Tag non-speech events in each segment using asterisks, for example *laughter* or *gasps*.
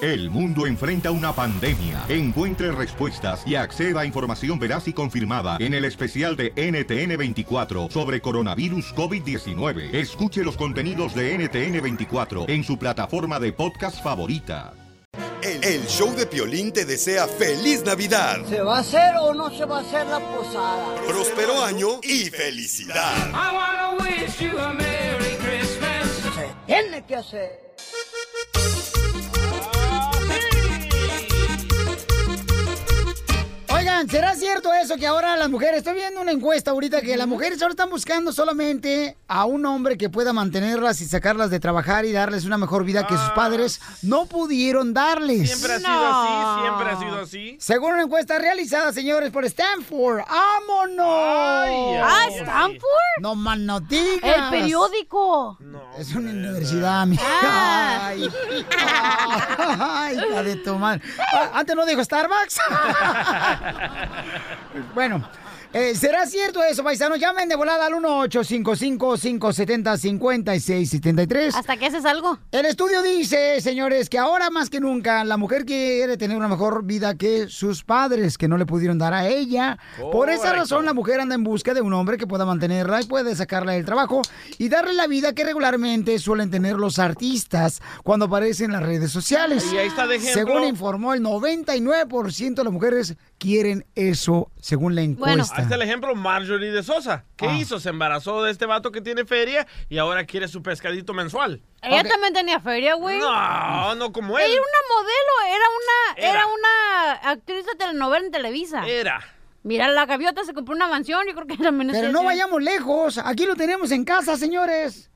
El mundo enfrenta una pandemia. Encuentre respuestas y acceda a información veraz y confirmada en el especial de NTN24 sobre coronavirus COVID-19. Escuche los contenidos de NTN24 en su plataforma de podcast favorita. El, el show de Piolín te desea feliz Navidad, ¿Se va a hacer o no se va a hacer la posada? próspero año y felicidad. I wanna wish you a Merry Christmas. Se tiene que hacer. Oigan, ¿será cierto eso que ahora las mujeres, estoy viendo una encuesta ahorita que las mujeres ahora están buscando solamente a un hombre que pueda mantenerlas y sacarlas de trabajar y darles una mejor vida que sus padres no pudieron darles? Ah, Siempre ha sido así, siempre ha sido así. Según una encuesta realizada, señores, por Stanford. ¡Vámonos! ¡Ah, Stanford! No más no digas. ¡El periódico! Ah. Es una universidad, amiga. Ay, ay, hija de tu madre. Ah, Antes no dijo *laughs* Starbucks. bueno, eh, ¿será cierto eso, paisano? Llamen de volada al 1-855-570-5673. ¿Hasta qué haces algo? El estudio dice, señores, que ahora más que nunca la mujer quiere tener una mejor vida que sus padres, que no le pudieron dar a ella. Por esa Correcto. razón, la mujer anda en busca de un hombre que pueda mantenerla y puede sacarla del trabajo y darle la vida que regularmente suelen tener los artistas cuando aparecen en las redes sociales. Y ahí está de ejemplo. Según informó, el 99% de las mujeres quieren eso, según la Bueno. encuesta. Ahí está el ejemplo Marjorie de Sosa. ¿Qué Ah. hizo? Se embarazó de este vato que tiene feria y ahora quiere su pescadito mensual. Ella Ok. también tenía feria, güey. No, no como él. Era una modelo, era una, era. Era. una actriz de telenovela en Televisa. Era. Mira, la gaviota se compró una mansión, yo creo que también es Pero no ese. vayamos lejos. Aquí lo tenemos en casa, señores.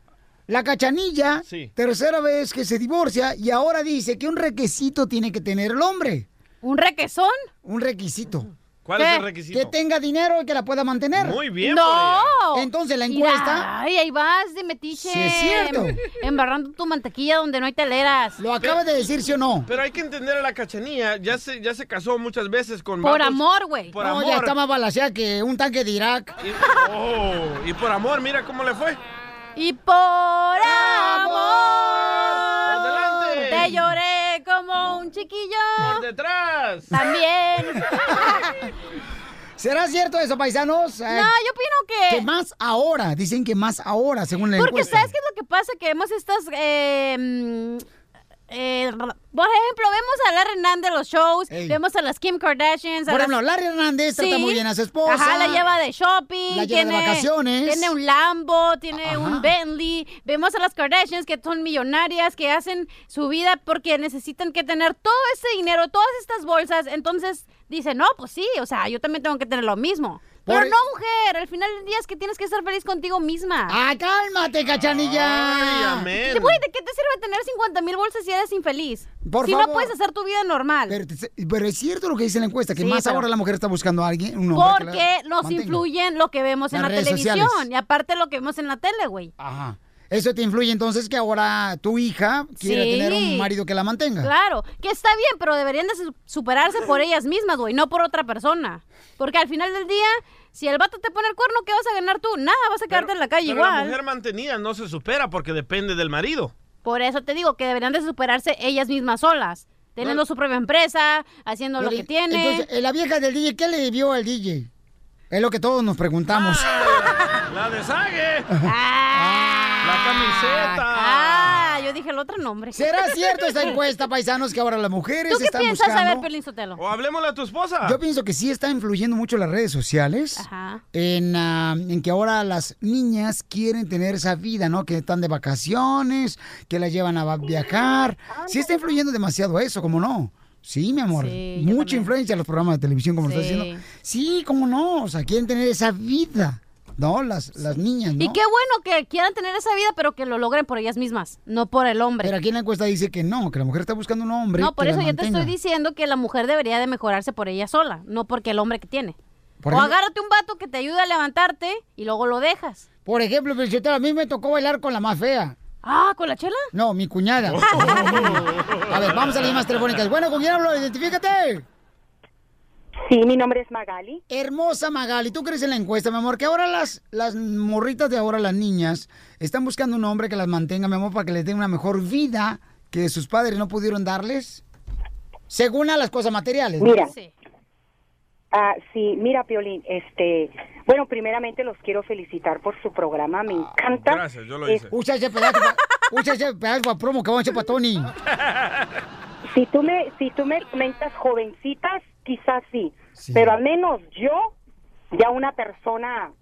La cachanilla, Sí. tercera vez que se divorcia y ahora dice que un requisito tiene que tener el hombre. ¿Un requesón? Un requisito. ¿Cuál ¿Qué? es el Que requisito? tenga dinero y que la pueda mantener. Muy bien. ¡No! por Entonces la Mira, encuesta Ay, ahí vas de metiche. Sí, es cierto. em- Embarrando tu mantequilla donde no hay teleras. lo acaba de decir, ¿sí o no? ella. Pero hay que entender a la cachanía. Ya se, ya se casó muchas veces con Por vatos- amor, güey. Por no, amor. ya está más balaseada que un tanque de Irak. y, oh, y por amor, mira cómo le fue. Y por amor. Por delante. Te lloré como un chiquillo. Por detrás. *laughs* También. ¿Será cierto eso, paisanos? Eh, No, yo opino que que. más ahora, dicen que más ahora, según la Porque encuesta. sabes qué es lo que pasa, que vemos estas. eh, mm, eh, ra- por ejemplo, vemos a la Renan de los shows, Ey. vemos a las Kim Kardashians. a Por las- ejemplo, Larry Hernández trata Sí. muy bien a su esposa. Ajá, la lleva de shopping. La lleva de vacaciones. Tiene un Lambo, tiene Ajá. un Bentley. Vemos a las Kardashians que son millonarias, que hacen su vida porque necesitan que tener todo ese dinero, todas estas bolsas. Entonces dice, no, pues sí, o sea, yo también tengo que tener lo mismo. Por- e- Pero no, mujer, al final del día es que tienes que estar feliz contigo misma. ¡Ah, cálmate, Ay, cachanilla! amén. Te- Güey, ¿de qué te sirve tener 50 mil bolsas si eres infeliz? Por si favor. no puedes hacer tu vida normal. pero, te- Este, pero es cierto lo que dice la encuesta, que Sí, más pero- ahora la mujer está buscando a alguien. un hombre que la porque nos mantenga. influyen lo que vemos en Las la redes televisión sociales. Ah, y aparte lo que vemos en la tele, güey. Ajá. Eso te influye entonces que ahora tu hija quiere Sí. tener un marido que la mantenga. Claro, que está bien, pero deberían de su- superarse por ellas mismas, güey, no por otra persona. Porque al final del día, si el vato te pone el cuerno, ¿qué vas a ganar tú? Nada, vas a quedarte en la calle pero igual. La mujer mantenida no se supera porque depende del marido. Por eso te digo que deberían de superarse ellas mismas solas, teniendo su propia empresa, haciendo lo Pero, que tiene. Entonces, eh, la vieja del DJ, ¿qué le vio al DJ? Es lo que todos nos preguntamos. *laughs* La deshague. ¡Ah! La camiseta. Ah, yo dije el otro nombre. ¿Será cierto *laughs* esta encuesta, paisanos, que ahora las mujeres ¿Tú qué están piensas? buscando? A ver, Pelín Sotelo. O hablemosle a tu esposa. Yo pienso que sí está influyendo mucho las redes sociales. Ajá. En, ah, en que ahora las niñas quieren tener esa vida, ¿no? Que están de vacaciones, que las llevan a va- viajar. Sí está influyendo demasiado eso, ¿cómo no? Sí, mi amor. Sí, yo Mucha también. influencia en los programas de televisión, como lo Sí. estás diciendo. Sí, ¿cómo no? O sea, quieren tener esa vida, ¿no? Las, las niñas, ¿no? Y qué bueno que quieran tener esa vida, pero que lo logren por ellas mismas, no por el hombre. Pero aquí en la encuesta dice que no, que la mujer está buscando un hombre. No, por que eso la yo te mantenga. estoy diciendo que la mujer debería de mejorarse por ella sola, no porque el hombre que tiene. Por o ejemplo- agárrate un vato que te ayude a levantarte y luego lo dejas. Por ejemplo, pero yo te- a mí me tocó bailar con la más fea. Ah, ¿con la chela? Oh. No, mi *laughs* cuñada. a ver, vamos a las más telefónicas. Bueno, ¿con quién hablo? Identifícate. Sí, mi nombre es Magali. Hermosa Magali, ¿tú crees en la encuesta, mi amor? Que ahora las, las morritas de ahora, las niñas, están buscando un hombre que las mantenga, mi amor, para que les dé una mejor vida que sus padres no pudieron darles. según a las cosas materiales. Mira, Sí. Ah, sí, mira, Piolín, este, bueno, primeramente los quiero felicitar por su programa, me encanta. gracias, yo lo hice. Es- Usa ese pedazo, pa- usa ese pedazo pa' promo que vamos a hacer para Tony. *laughs* si tú me, si tú me comentas jovencitas, quizás sí, Sí. pero al menos yo, ya una persona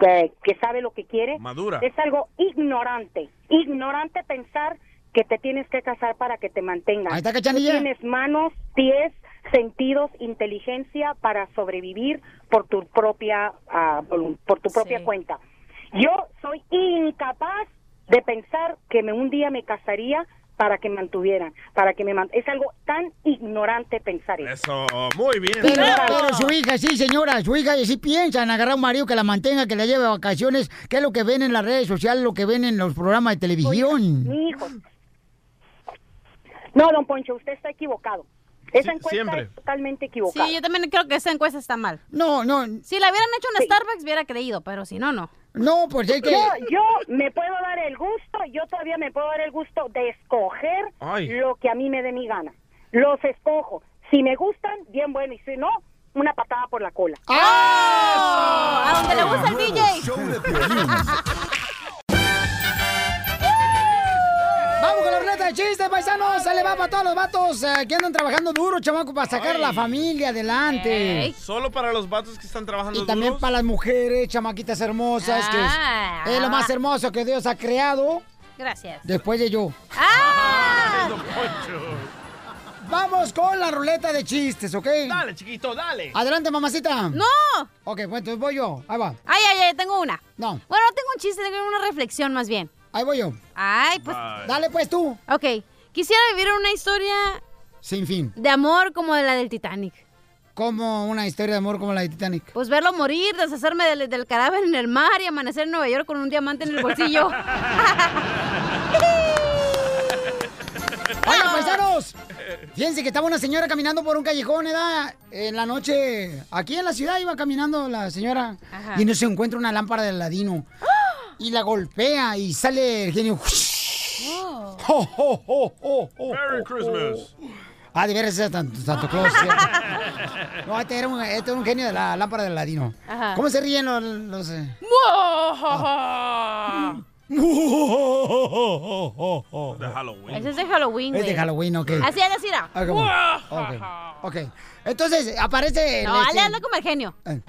que, que sabe lo que quiere, Madura. es algo ignorante, ignorante pensar que te tienes que casar para que te mantengan. Ahí está, Tú cachanilla. Tienes manos, pies, sentidos, inteligencia para sobrevivir por tu propia, ah, volun- por tu propia Sí. cuenta. Yo soy incapaz de pensar que me, un día me casaría para que me mantuvieran, para que me man- es algo tan ignorante pensar eso. Eso, muy bien. Pero, Claro. pero su hija, sí, señora, su hija sí piensa en agarrar a un marido que la mantenga, que la lleve a vacaciones, que es lo que ven en las redes sociales, lo que ven en los programas de televisión. Mi hijo. No, don Poncho, usted está equivocado. Esa Sí, encuesta siempre. es totalmente equivocada. Sí, yo también creo que esa encuesta está mal. No, no, Si la hubieran hecho en Sí. Starbucks, hubiera creído, pero si no, no. no, pues es que... Yo, yo me puedo dar el gusto, yo todavía me puedo dar el gusto de escoger Ay. lo que a mí me dé mi gana. Los escojo. Si me gustan, bien bueno. Y si no, una patada por la cola. ¡Ah! ¡Ah! A donde le gusta el DJ. Show *laughs* de Piolín. Vamos con la ruleta de chistes, paisanos. Se le va para todos los vatos eh, que andan trabajando duro, chamaco, para sacar a la Ay. familia adelante. Ey. Solo para los vatos que están trabajando Y también duros. para las mujeres, chamaquitas hermosas, que Ah. es, es lo más hermoso que Dios ha creado Gracias. después de yo. ¡Ah! Don Poncho. Vamos con la ruleta de chistes, ¿ok? Dale, chiquito, dale. Adelante, mamacita. ¡No! Ok, pues entonces voy yo. Ahí va. Ay, ay, ay, tengo una. No, Bueno, no tengo un chiste, tengo una reflexión más bien. ahí voy yo. Ay, pues. Dale pues tú. Ok. Quisiera vivir una historia Sin fin. de amor como la del Titanic. Como una historia de amor como la de Titanic. Pues verlo morir, deshacerme del, del cadáver en el mar y amanecer en Nueva York con un diamante en *laughs* el bolsillo. Oigan, paisanos. Fíjense que estaba una señora caminando por un callejón, ¿verdad? En la noche, aquí en la ciudad iba caminando la señora. Ajá. ¡Ah! Y no se encuentra una lámpara de Aladino. Y la golpea y sale el genio. ¡Jo, jo, jo, jo, jo, Oh, Merry jo! Christmas. Ah, de veras, ese Santo, Santo Claus. *laughs* ¿eh? No, este era, un, este era un genio de la lámpara de Aladino. Ajá. ¿Cómo se ríen los... los, eh? *laughs* De Halloween. Ese es de Halloween. Es de güey. Halloween, ok. Así Ah. es, así era. Ah, ¿cómo? Ok, ok. Entonces, aparece... el, No, este- dale, anda como el genio. Eh.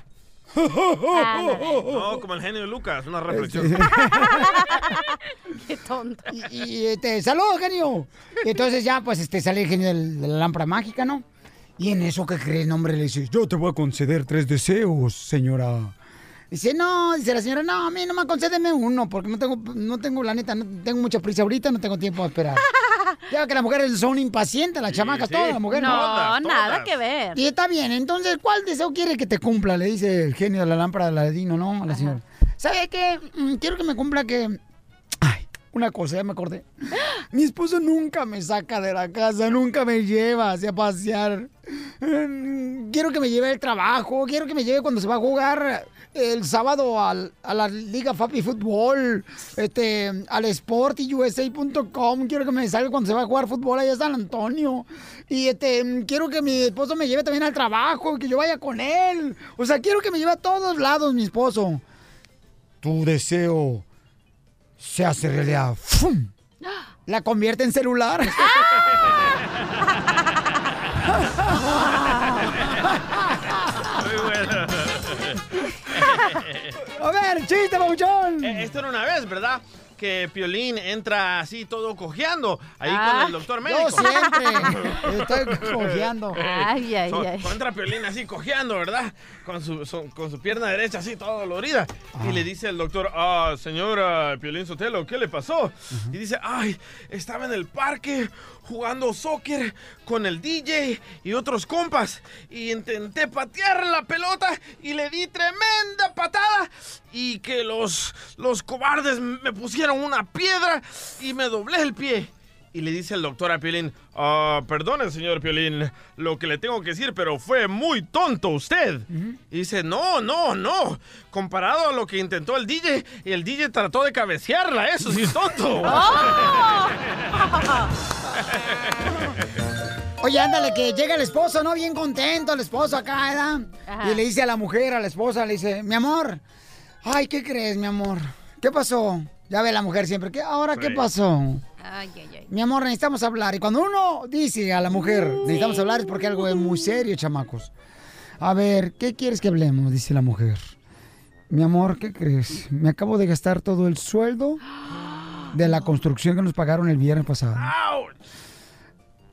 Ándale. No, como el genio de Lucas, una Este. reflexión. *laughs* Qué tonto. Y, y, este, saludos, genio. Y entonces ya, pues, este, sale el genio del- de la lámpara mágica, ¿no? Y en eso que cree el hombre le dice, yo te voy a conceder tres deseos, señora. Dice, no, dice la señora, no, a mí nomás concédeme uno, porque no tengo, no tengo, la neta, no tengo mucha prisa ahorita, no tengo tiempo a esperar. *laughs* ya que las mujeres son impacientes, las chamacas, sí. todas las mujeres. No, Todas, nada todas. que ver. Y está bien, entonces, ¿cuál deseo quiere que te cumpla? Le dice el genio de la lámpara de Aladino, ¿no? A la señora. ¿Sabe qué? Mm, Quiero que me cumpla que... Ay, una cosa, ya me acordé. Mi esposo nunca me saca de la casa, nunca me lleva hacia pasear. Mm, Quiero que me lleve al trabajo, quiero que me lleve cuando se va a jugar eh, el sábado al- a la Liga Fapi Fútbol, este, al sportyusa.com, quiero que me salga cuando se va a jugar fútbol allá a San Antonio. Y este, mm, quiero que mi esposo me lleve también al trabajo, que yo vaya con él. O sea, quiero que me lleve a todos lados mi esposo. Tu deseo se hace realidad. ¡Fum! La convierte en celular. Muy bueno. *laughs* A ver, chiste, babuchón. Eh, Esto era una vez, ¿verdad? Que Piolín entra así todo cojeando ahí Ah, con el doctor médico. Yo *laughs* siempre estoy cojeando. Ay, ay, So- ay. entra Piolín así cojeando, ¿verdad? Con su, so- con su pierna derecha así toda dolorida. Y le dice el doctor, ah, señora Piolín Sotelo, ¿qué le pasó? Y dice, ay, estaba en el parque jugando soccer con el DJ y otros compas. Y intenté patear la pelota y le di tremenda patada. Y que los, los cobardes me pusieron una piedra y me doblé el pie. Y le dice el doctor a Piolín, "Ah, perdone, señor Piolín, lo que le tengo que decir, pero fue muy tonto usted. Y dice, no, no, no. Comparado a lo que intentó el DJ, el DJ trató de cabecearla, *laughs* eso *laughs* ¡Oh! sí es tonto. ¡Oh! *laughs* Oye, ándale, que llega el esposo, ¿no? Bien contento el esposo acá, ¿verdad? Ajá. Y le dice a la mujer, a la esposa, le dice, mi amor, ay, ¿qué crees, mi amor? ¿Qué pasó? Ya ve la mujer siempre, ¿qué? ¿Ahora qué Sí. pasó? Ay, ay, ay. Mi amor, necesitamos hablar. Y cuando uno dice a la mujer, necesitamos hablar, es porque algo es muy serio, chamacos. A ver, ¿qué quieres que hablemos? Dice la mujer. Mi amor, ¿qué crees? Me acabo de gastar todo el sueldo de la construcción que nos pagaron el viernes pasado.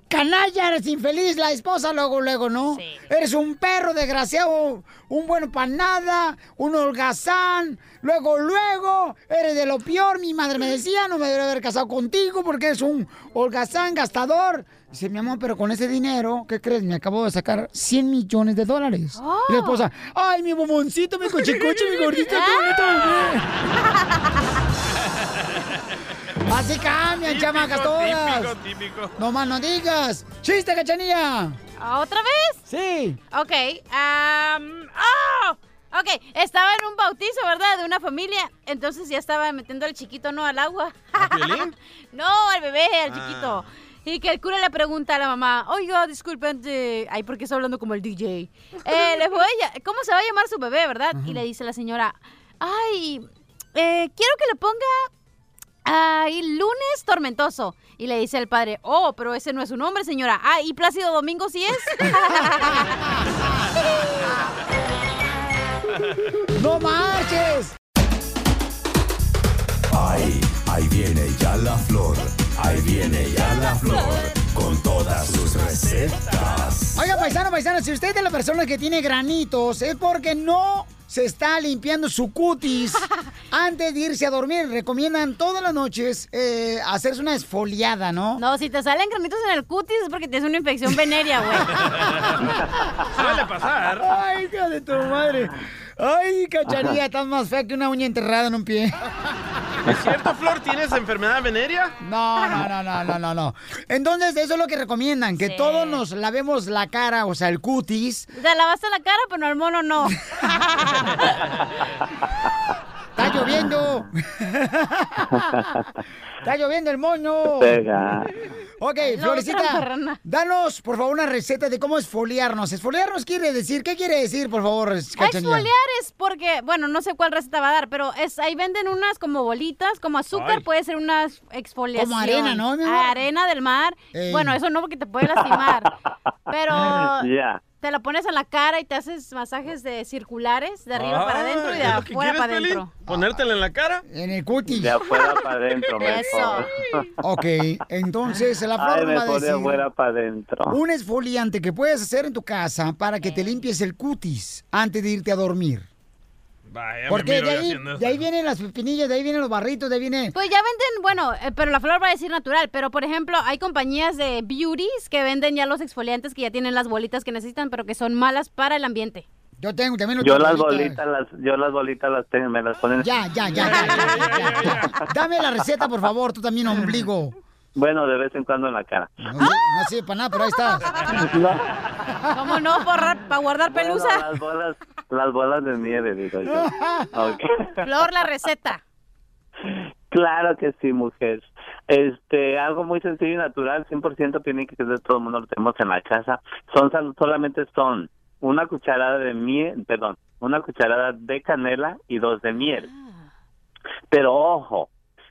¡Canalla, eres infeliz! La esposa luego, luego, ¿no? Eres un perro desgraciado, un bueno para nada, un holgazán. Luego, luego, eres de lo peor. Mi madre me decía, no me debería haber casado contigo porque eres un holgazán, gastador. Dice, mi amor, pero con ese dinero, ¿qué crees? Me acabo de sacar 100 millones de dólares. Y la esposa, ¡ay, mi bomboncito, mi cochicoche, mi gordito, qué bonito bebé! Así cambian, chamacas todas. típico. No más no digas. ¡Chiste, cachanilla! ¿Otra vez? Sí. Ok. am, ¡oh! Ok, estaba en un bautizo, ¿verdad? De una familia. Entonces ya estaba metiendo al chiquito, ¿no? Al agua. Piolín? No, al bebé, al Ah. chiquito. Y que el cura le pregunta a la mamá, oiga, disculpen, eh, ay, ¿por qué está hablando como el DJ? Eh, le voy a- ¿Cómo se va a llamar su bebé, verdad? Y le dice la señora, ay, eh, quiero que le ponga ay, lunes tormentoso. Y le dice el padre, oh, pero ese no es su nombre, señora. Ah, y Plácido Domingo sí *laughs* es. ¡No marches! Ay, ahí viene ya la flor, ahí viene ya la flor, con todas sus recetas. Oiga, paisano, paisano, si usted es de la persona que tiene granitos, es porque no se está limpiando su *laughs* cutis antes de irse a dormir. Recomiendan todas las noches eh, hacerse una esfoliada, ¿no? No, si te salen granitos en el cutis es porque tienes *laughs* una infección venérea, güey. Suele pasar. Ay, hija de tu madre. Ay, cachanilla, estás más fea que una uña enterrada en un pie. ¿Es cierto, Flor? ¿Tienes enfermedad venérea? No, no, no, no, no, no, no. Entonces, eso es lo que recomiendan, que todos nos lavemos la cara, o sea, el cutis. Te lavaste la cara, pero el mono *laughs* no. Está *laughs* lloviendo. Está lloviendo el moño. Pega. Ok, otra Florecita, marrana. danos, por favor, una receta de cómo esfoliarnos. Esfoliarnos quiere decir, ¿qué quiere decir, por favor, cachanilla? Exfoliar es porque, bueno, no sé cuál receta va a dar, pero es ahí venden unas como bolitas, como azúcar, Ay. puede ser una exfoliación. Como arena, ¿no, mi amor? Arena del mar. Ey. Bueno, eso no porque te puede lastimar, pero Ya. te la pones en la cara y te haces masajes de circulares, de arriba para Ay, adentro y de ¿es lo que afuera quieres, para Piolín? adentro. ¿Ponértela en la cara? En el cutis. De afuera para *laughs* adentro, mejor. Ok, entonces la Ay, flor me va a pone decir afuera para adentro. un esfoliante que puedes hacer en tu casa para que te limpies el cutis antes de irte a dormir. Vaya, Porque de me miro yo ahí, haciendo de ahí vienen las pepinillas, de ahí vienen los barritos, de ahí viene... Pues ya venden, bueno, eh, pero la flor va a decir natural, pero por ejemplo, hay compañías de beauties que venden ya los exfoliantes que ya tienen las bolitas que necesitan, pero que son malas para el ambiente. Yo tengo también Yo las bolitas las, yo las bolitas las tengo, me las ponen. Ya, ya, ya, ya, ya, ya, *laughs* ya. Dame la receta, por favor, tú también, ombligo. Bueno, de vez en cuando en la *laughs* cara. No, ¡Ah! sé- no sirve para nada, pero ahí estás. ¿Cómo no? Para guardar Bueno, pelusa. las bolas, las bolas de nieve, digo yo. Ok. *laughs* *laughs* Flor, la receta. Claro que sí, mujer. Este, algo muy sencillo y natural, 100% tiene que ser de todo el mundo, lo tenemos en la casa. Son sal- solamente son una cucharada de miel, perdón, una cucharada de canela y dos de miel. Pero ojo,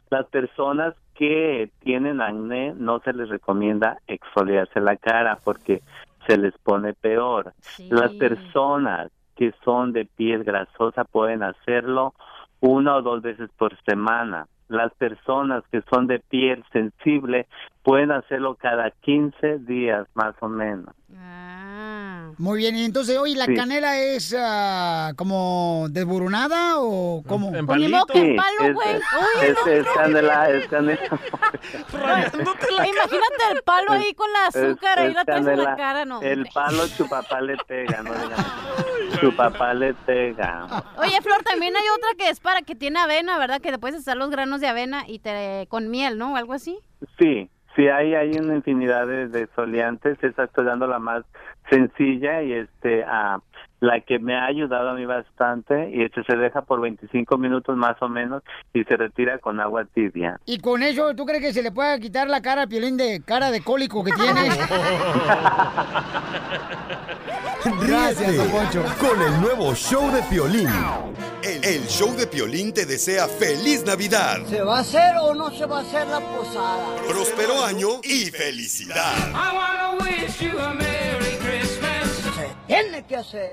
las personas que tienen acné no se les recomienda exfoliarse la cara porque se les pone peor. Las personas que son de piel grasosa pueden hacerlo una o dos veces por semana. Las personas que son de piel sensible pueden hacerlo cada 15 días más o menos. Muy bien, y entonces, oye, ¿la Sí. canela es ah, como desburunada o cómo? En Sí, es- es- es canela, es canela. Imagínate el palo ahí con la Es- azúcar, ahí es la traes en Este, la canela. cara, no. El palo su papá le pega, no digan eso. Su papá le pega. Oye, Flor, también hay otra que es para que tiene avena, ¿verdad? Que te puedes hacer los granos de avena y te con miel, ¿no? O algo así. Sí, Sí, hay, hay una infinidad de, de soleantes. Esa estoy dando la más sencilla y este a la que me ha ayudado a mí bastante. Y este se deja por 25 minutos más o menos y se retira con agua tibia. Y con eso, ¿tú crees que se le pueda quitar la cara a Piolín de cara de cólico que *laughs* tienes? Ríete con el nuevo show de Piolín. El, el show de Piolín te desea feliz Navidad, ¿Se va a hacer o no se va a hacer la posada? próspero año y felicidad. I wanna wish you a Merry Christmas. Tiene que hacer.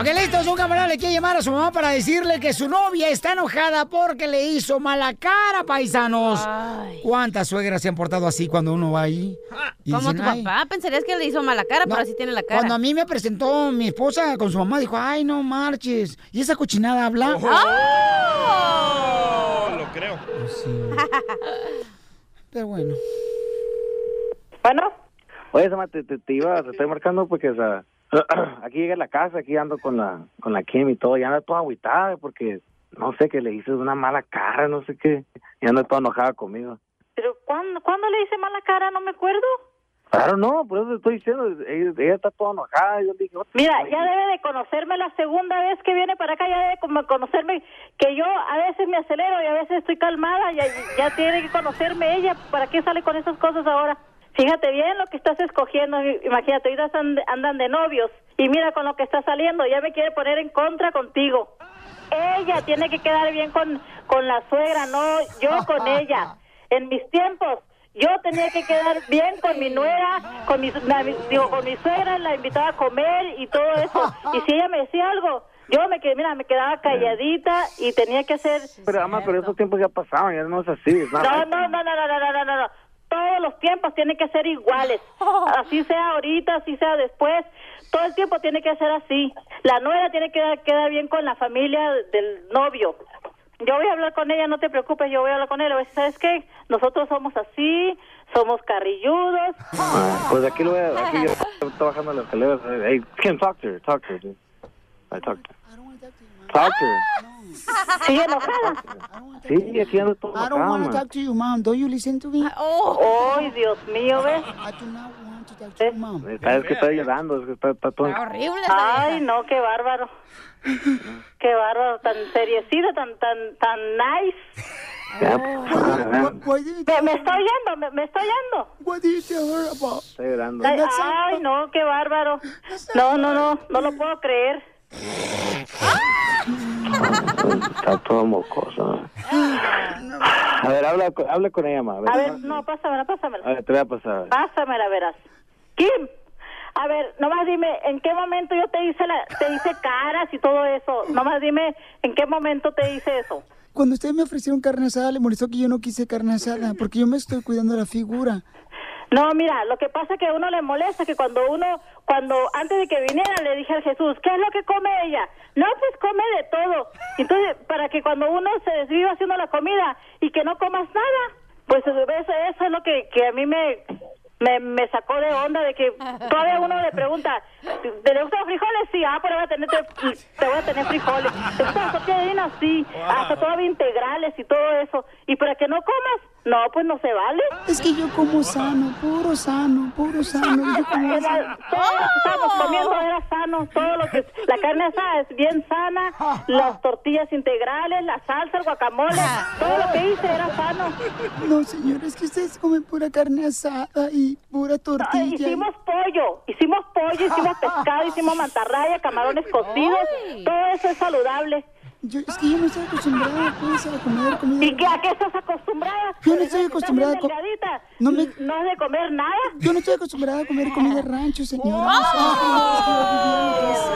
Ok, listos, un camarada le quiere llamar a su mamá para decirle que su novia está enojada porque le hizo mala cara, paisanos. Ah. ¿Cuántas suegras se han portado así cuando uno va ahí? Y Como tu dicen, "Ay". papá, pensarías que le hizo mala cara, No, pero así tiene la cara. Cuando a mí me presentó mi esposa con su mamá, dijo, ay, no marches. ¿Y esa cochinada habla? Oh. No *laughs* lo creo. *laughs* Pero bueno. Bueno. Oye, Sama, te, te, te iba, te estoy marcando porque, o sea, *clears throat* aquí llegué a la casa, aquí ando con la, con la Kim y todo, y anda toda agüitada porque, no sé, que le hice una mala cara, no sé qué, y anda toda enojada conmigo. Pero ¿cuándo, ¿cuándo le hice mala cara? No me acuerdo. Claro, no, por eso te estoy diciendo, ella, ella está toda enojada, yo dije, "Otra Mira, vez". ya debe de conocerme la segunda vez que viene para acá, ya debe como conocerme que yo a veces me acelero y a veces estoy calmada, ya, ya tiene que conocerme ella, ¿para qué sale con esas cosas ahora? Fíjate bien lo que estás escogiendo, imagínate, ahorita andan, andan de novios y mira con lo que está saliendo, ya me quiere poner en contra contigo. Ella tiene que quedar bien con, con la suegra, no yo con ella. En mis tiempos, yo tenía que quedar bien con mi nuera, con mi, la- digo, con mi suegra, la invitaba a comer y todo eso. Y si ella me decía algo, yo me, que- mira, me quedaba calladita y tenía que hacer... Pero, ama, pero esos tiempos ya pasaban, ya no es así, es No, nada. no, no, no, no, no, no, no, no, no. Todos los tiempos tienen que *laughs* ser iguales. Así sea ahorita, así sea después. Todo el tiempo tiene que ser así. La nuera tiene que quedar bien con la familia del novio. Yo voy a hablar con ella, no te preocupes, yo voy a hablar con él. Le voy a decir, ¿Sabes qué? Nosotros somos así, somos carrilludos. Ah, Pues aquí lo voy a, aquí yo estoy bajando las escaleras. Hey, Kim, talk to her, talk to her, dude. I talk to her. Talk to her. Sí, enojada. Sí, aquí ando todo I don't enojado, want man. to talk to you, mom. Don't you listen to me? oh. ¡Ay, Dios mío, ves! I do not want to talk to you, mom. Está- Es que está llorando, es que está, está todo... Horrible. esa Pues, Ay, no, qué bárbaro. Qué bárbaro, tan seriecida, tan, tan, tan nice. Ya, Oh. pues, What, what did you Me, tell me está oyendo, me, me está oyendo. What did you tell her about? Está llorando. Ay, ay, no, qué bárbaro. No, no, no, no lo puedo creer. Está todo mocoso. man. Ah. A ver, habla, con- habla con ella, ma. A ver, no, pásamela, pásamela. A ver, te voy a pasar. Pásamela, verás. Kim, a ver, nomás dime, ¿en qué momento yo te hice, la, te hice caras y todo eso? Nomás dime, ¿en qué momento te hice eso? Cuando ustedes me ofrecieron carne asada, le molestó que yo no quise carne asada porque yo me estoy cuidando la figura. No, mira, lo que pasa es que a uno le molesta que cuando uno, cuando antes de que viniera le dije al Jesús, ¿qué es lo que come ella? No, pues come de todo. Entonces, para que cuando uno se desviva haciendo la comida y que no comas nada, pues eso, eso es lo que, que a mí me, me, me sacó de onda, de que todavía uno le pregunta, ¿te le gustan los frijoles? Sí, ah, pero voy a tener, te, te voy a tener frijoles. ¿Te gustan las tortillas de harina? Sí, hasta todavía integrales y todo eso. ¿Y para que no comas? No, pues no se vale. Es que yo como sano, puro sano, puro sano. Yo como Era- todo lo que estábamos comiendo era sano, todo lo que la carne asada es bien sana, las tortillas integrales, la salsa, el guacamole, todo lo que hice era sano. No, señor, es que ustedes comen pura carne asada y pura Ah, tortilla. Hicimos pollo, hicimos pollo, hicimos pescado, hicimos mantarraya, camarones cocidos, todo eso es saludable. Yo, es que yo no estoy acostumbrada pues, a comer ¿Y qué, comida. a qué estás acostumbrada? Yo no estoy Estás bien acostumbrada a co- delgadita, No me- ¿No has de comer nada? Yo no estoy acostumbrada a comer comida de rancho, señor. No sé, yo vivía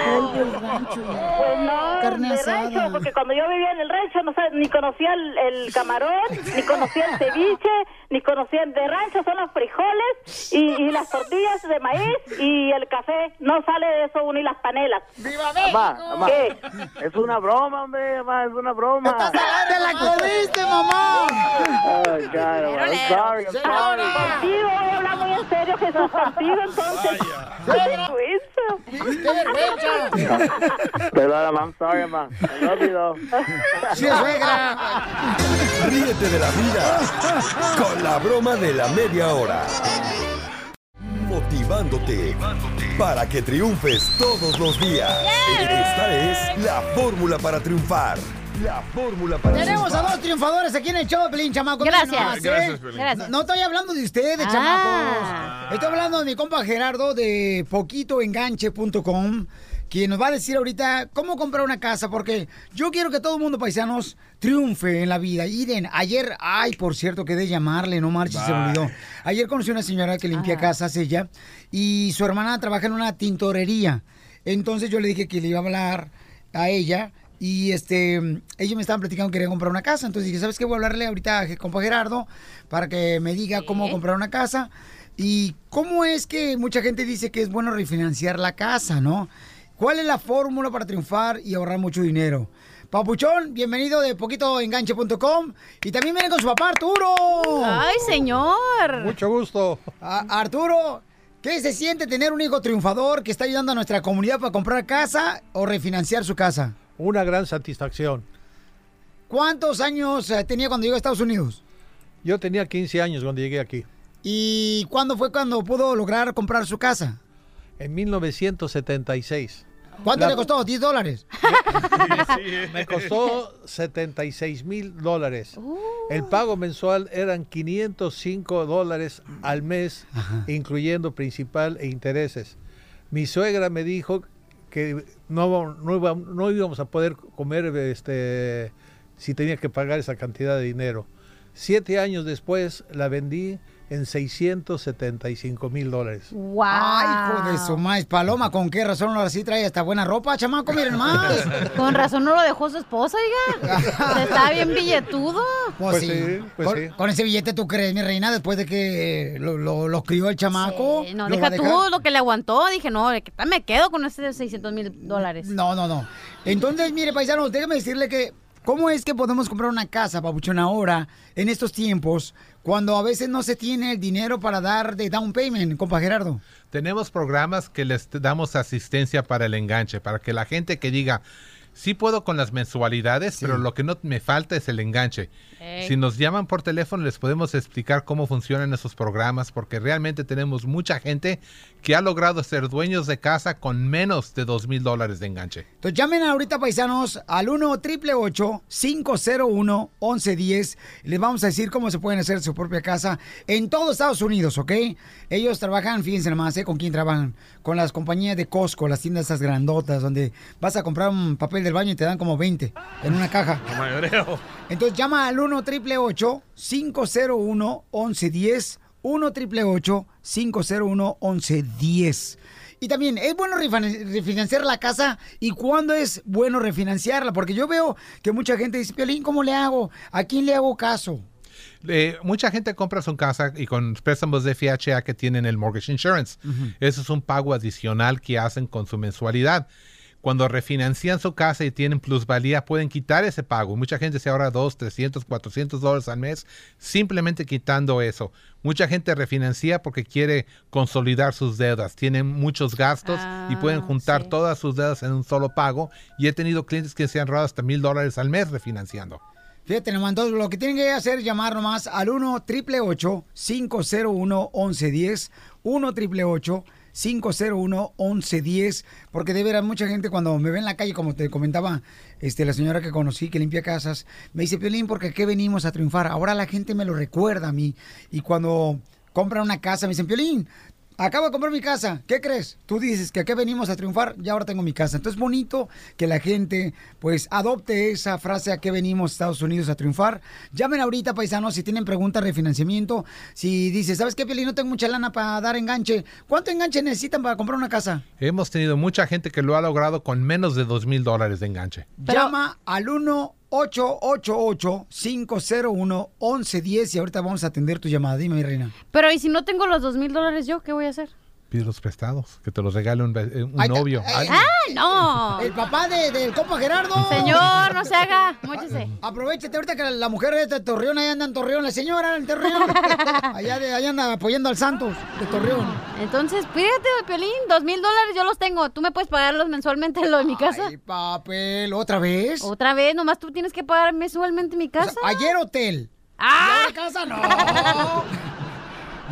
en el rancho, polvo, rancho. Pues no, Carne de asada. rancho, porque cuando yo vivía en el rancho no sab- ni conocía el, el camarón, ni conocía el ceviche, ni conocía de rancho son los frijoles y, y las tortillas de maíz y el café, no sale de eso uno y las panelas. Mamá, mamá. ¿Qué? Es una broma, hombre, mamá, es una broma. ¡Te la comiste, mamá! Oh, God, I'm sorry, I'm sorry. Contigo voy a hablar muy en serio, Jesús, contigo entonces. ¡Qué vergüenza! ¡Qué vergüenza! Perdón, I'm sorry, ma. I love you, though. ¡Sí, suegra! Ríete de la vida con la broma de la media hora. Motivándote para que triunfes todos los días. Esta es la fórmula para triunfar. La fórmula para Tenemos a triunfar. dos triunfadores aquí en el show, Pelín, chamaco. Gracias. Miren nomás, ¿eh? Gracias, Pelín. Gracias. No, no estoy hablando de ustedes, Ah. chamacos. Estoy hablando de mi compa Gerardo de poquitoenganche.com, quien nos va a decir ahorita cómo comprar una casa, porque yo quiero que todo el mundo, paisanos, triunfe en la vida. Iren, ayer, ay, por cierto, quedé de llamarle, no marches, se me Bye. olvidó. Ayer conocí a una señora que limpia casas, ella, y su hermana trabaja en una tintorería. Entonces yo le dije que le iba a hablar a ella y este, ellos me estaban platicando que querían comprar una casa. Entonces dije, ¿sabes qué? Voy a hablarle ahorita a compa Gerardo para que me diga cómo comprar una casa. Y cómo es que mucha gente dice que es bueno refinanciar la casa, ¿no? ¿Cuál es la fórmula para triunfar y ahorrar mucho dinero? Papuchón, bienvenido de poquitoenganche.com y también viene con su papá Arturo. Ay, señor. Mucho gusto. Arturo, ¿qué se siente tener un hijo triunfador que está ayudando a nuestra comunidad para comprar casa o refinanciar su casa? Una gran satisfacción. ¿Cuántos años eh, tenía cuando llegó a Estados Unidos? Yo tenía 15 años cuando llegué aquí. ¿Y cuándo fue cuando pudo lograr comprar su casa? En 1976. ¿Cuánto La- le costó? ¿10 dólares? Me costó 76 mil dólares. El pago mensual eran 505 dólares al mes, incluyendo principal e intereses. Mi suegra me dijo que no, no, iba- no íbamos a poder comer este, si tenía que pagar esa cantidad de dinero. Siete años después la vendí en 675 mil dólares. ¡Wow! ¡Ay, hijo de su maíz! Paloma, ¿con qué razón ahora sí trae esta buena ropa, chamaco? *laughs* Miren más. Con razón no lo dejó *laughs* su esposa, oiga. Se Está bien billetudo. Pues, sí, con, con ese billete tú crees, mi reina, después de que lo, lo- lo crió el chamaco. Eh, No, ¿lo va a deja tú dejar? lo que le aguantó. Dije, no, de que me quedo con esos 600 mil dólares. No, no, no. Entonces, mire, paisanos, déjame decirle que cómo es que podemos comprar una casa, papuchón, ahora, en estos tiempos, cuando a veces no se tiene el dinero para dar de down payment, compa Gerardo. Tenemos programas que les t- damos asistencia para el enganche, para que la gente que diga, sí puedo con las mensualidades, pero lo que no me falta es el enganche. Ey. Si nos llaman por teléfono, les podemos explicar cómo funcionan esos programas, porque realmente tenemos mucha gente que ha logrado ser dueños de casa con menos de dos mil dólares de enganche. Entonces llamen ahorita, paisanos, al 1 888 501 1110 Les vamos a decir cómo se pueden hacer su propia casa en todo Estados Unidos, ¿ok? Ellos trabajan, fíjense nomás, ¿eh? ¿Con quién trabajan? Con las compañías de Costco, las tiendas esas grandotas, donde vas a comprar un papel del baño y te dan como 20 en una caja. *laughs* Mayoreo. Entonces llama al 1 888 501 1110 1 888 501 1110 Y también, ¿es bueno refin- refinanciar la casa? ¿Y cuándo es bueno refinanciarla? Porque yo veo que mucha gente dice, Piolín, ¿cómo le hago? ¿A quién le hago caso? Eh, mucha gente compra su casa y con préstamos de FHA que tienen el Mortgage Insurance. Ujú. Eso es un pago adicional que hacen con su mensualidad. Cuando refinancian su casa y tienen plusvalía, pueden quitar ese pago. Mucha gente se ahorra 2, 300, 400 dólares al mes simplemente quitando eso. Mucha gente refinancia porque quiere consolidar sus deudas. Tienen muchos gastos y pueden juntar todas sus deudas en un solo pago. Y he tenido clientes que se han ahorrado hasta mil dólares al mes refinanciando. Fíjate nomás, entonces lo que tienen que hacer es llamar nomás al 1 888 501 1110 1 888 501 1110 porque de veras mucha gente cuando me ve en la calle, como te comentaba este, la señora que conocí, que limpia casas, me dice, Piolín, porque aquí venimos a triunfar. Ahora la gente me lo recuerda a mí. Y cuando compra una casa, me dicen, Piolín, Acabo de comprar mi casa. ¿Qué crees? Tú dices que acá venimos a triunfar y ahora tengo mi casa. Entonces bonito que la gente pues adopte esa frase a que venimos a Estados Unidos a triunfar. Llamen ahorita, paisanos, si tienen preguntas de refinanciamiento. Si dices, ¿sabes qué, Piolín? No tengo mucha lana para dar enganche. ¿Cuánto enganche necesitan para comprar una casa? Hemos tenido mucha gente que lo ha logrado con menos de dos mil dólares de enganche. Llama al 1-888-501-1110 y ahorita vamos a atender tu llamada. Dime, mi reina. Pero, ¿y si no tengo los 2 mil dólares yo? ¿Qué voy a hacer? Pide los prestados, que te los regale un, be- eh, un Ay, ta- novio. ay, alguien. ¡Ah, no! El papá de- del compa Gerardo. Señor, no se haga. Móchese. Aprovechate ahorita que la mujer de este Torreón, ahí anda en Torreón, la señora en *laughs* Torreón. allá, de, allá anda apoyando al Santos de Torreón. Entonces, pídete, Piolín, dos mil dólares yo los tengo. Tú me puedes pagarlos mensualmente lo de mi casa. Papel, Ah, pues, ¿otra vez? Otra vez, nomás tú tienes que pagar mensualmente mi casa. ayer hotel. ¡Ah! ¿Y ahora casa no! *laughs*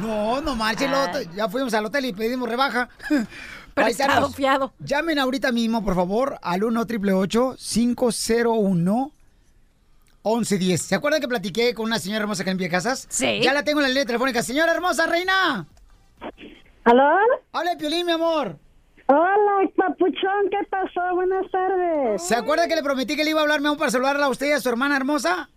No, no marchen, luego te- ya fuimos al hotel y pedimos rebaja. Paisanos, fiado. Llamen ahorita mismo, por favor, al 1 888 501 1110. ¿Se acuerdan que platiqué con una señora hermosa que limpia casas? Sí. Ya la tengo en la línea telefónica. Señora hermosa, reina. ¿Aló? Hola, Piolín, mi amor. Hola, papuchón, ¿qué pasó? Buenas tardes. ¿Se acuerda que le prometí que le iba a hablarme aún para saludarla a usted y a su hermana hermosa?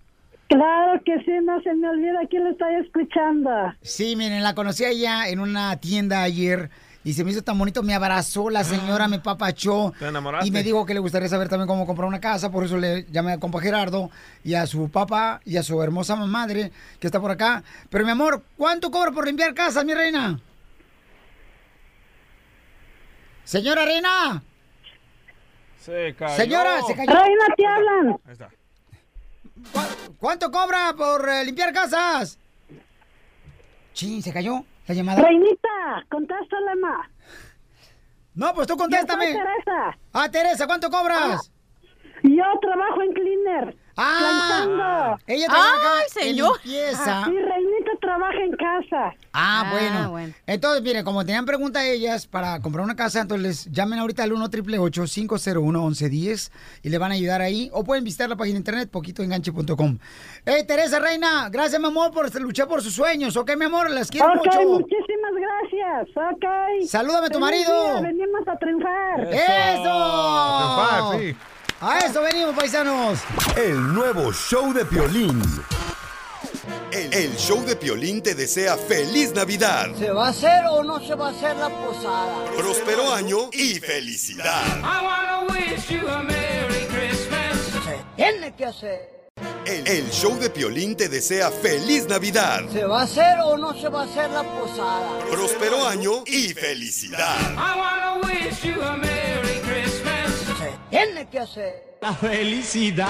Claro que sí, no se me olvida quién lo estoy escuchando. Sí, miren, la conocí allá en una tienda ayer y se me hizo tan bonito, me abrazó la señora, me papachó. Ah. ¿Te enamoraste? Y me dijo que le gustaría saber también cómo comprar una casa, por eso le llamé al compa Gerardo y a su papá y a su hermosa madre que está por acá. Pero mi amor, ¿cuánto cobra por limpiar casa, mi reina? Señora reina, Se cayó. señora, se cayó. hablan. Ahí está. ¿Cuánto cobra por eh, limpiar casas? Chin, se cayó la llamada. Reinita, contéstale más. No, pues tú contéstame. Yo soy Teresa. Ah, Ah, Teresa, ¿cuánto cobras? Yo trabajo en cleaner. Ah. plantando. Ella trabaja Ay, en señor. limpieza. Ah, Sí, Reinita trabaja en casa. Ah, bueno. Entonces, mire, como tenían pregunta ellas para comprar una casa, entonces les llamen ahorita al 1 888 501 1110 y le van a ayudar ahí. O pueden visitar la página de internet poquitoenganche.com. Eh, Teresa Reina, gracias, mi amor, por este, luchar por sus sueños. Ok, mi amor, las quiero Ok, mucho. muchísimas gracias. Ok. Salúdame a tu Feliz marido. día, Venimos a triunfar. ¡Eso! A triunfar, sí. A eso venimos, paisanos. El nuevo show de Piolín. El, el show de Piolín te desea feliz Navidad, ¿Se va a hacer o no se va a hacer la posada? próspero año y felicidad. I wanna wish you a Merry Christmas. Tiene que hacer. El, el show de Piolín te desea feliz Navidad, ¿Se va a hacer o no se va a hacer la posada? próspero año y felicidad. I wanna wish you a Merry Christmas. Tiene que hacer. La felicidad.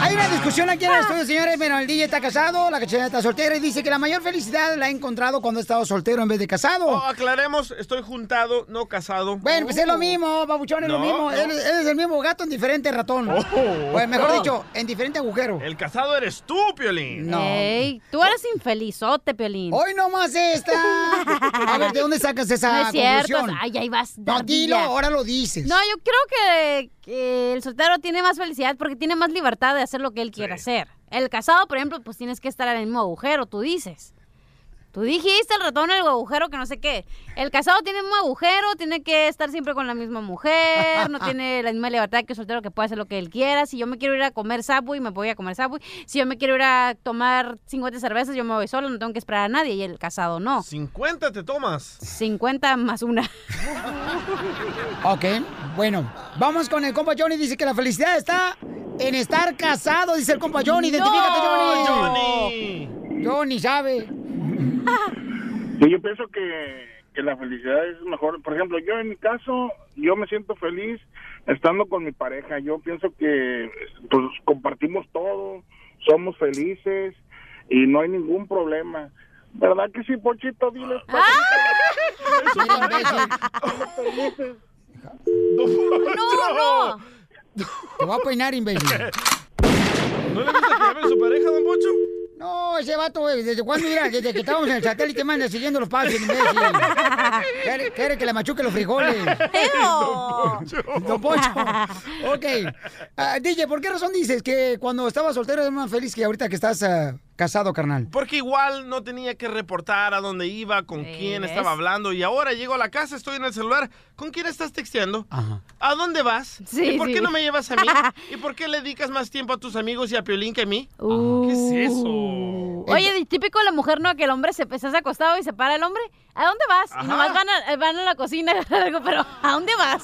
Hay una discusión aquí Ah. en el estudio, señores. Bueno, el DJ está casado, la cachanilla está soltera y dice que la mayor felicidad la ha encontrado cuando ha estado soltero en vez de casado. Oh. No, aclaremos, estoy juntado, no casado. Uh. Bueno, pues es lo mismo, babuchón, es lo No, mismo. no. Él, él es el mismo gato en diferente ratón. Oh. Pues mejor No. dicho, en diferente agujero. El casado eres tú, Piolín. Ey, tú eres infelizote, Piolín. Hoy nomás *laughs* esta. *laughs* A ver, ¿de dónde sacas esa No es cierto. conclusión? Ay, ahí vas. No, dilo, dardila. ahora lo dices. No, yo creo que, que el soltero tiene más felicidad porque tiene más libertad de hacer lo que él quiere hacer. El casado, por ejemplo, pues tienes que estar en el mismo agujero, tú dices. Tú dijiste el ratón en el agujero que no sé qué. El casado tiene un agujero, tiene que estar siempre con la misma mujer, *laughs* no tiene la misma libertad que el soltero que puede hacer lo que él quiera. Si yo me quiero ir a comer Subway, me voy a comer Subway. Si yo me quiero ir a tomar 50 cervezas, yo me voy solo, no tengo que esperar a nadie. Y el casado no. 50 te tomas. 50 más una. Ok, bueno, vamos con el compa Johnny. Dice que la felicidad está en estar casado, dice el compa *laughs* Johnny. Identifícate, Johnny. Johnny sabe. Sí, yo pienso que, que la felicidad es mejor. Por ejemplo, yo en mi caso, yo me siento feliz estando con mi pareja. Yo pienso que pues compartimos todo, somos felices y no hay ningún problema. ¿Verdad que sí, Pochito? Dile. Ah. *laughs* No, no. Te voy a peinar, imbécil. ¿No le gusta que llame a su pareja, don Poncho? No, ese vato, eh, ¿desde cuándo? Mira, desde que estábamos en el satélite, manda siguiendo los pasos, imbécil. Quiere, quiere que le machuque los frijoles. Don Poncho. Ok. Ah, DJ, ¿por qué razón dices que cuando estabas soltero eras más feliz que ahorita que estás ah, casado, carnal? Porque igual no tenía que reportar a dónde iba, con quién ¿ves? estaba hablando. Y ahora llego a la casa, estoy en el celular. ¿Con quién estás texteando? Ajá. ¿A dónde vas? Sí, ¿Y por qué sí. no *laughs* me llevas a mí? ¿Y por Ah, qué le dedicas más tiempo a tus amigos y a Piolín que a mí? ¿Qué es eso? Uh. Oye, di- típico la mujer, ¿no? Que el hombre se estás acostado y se para el hombre. ¿A dónde vas? Ajá. Y nomás van a, eh, van a la cocina, *laughs* algo, pero ¿a dónde vas?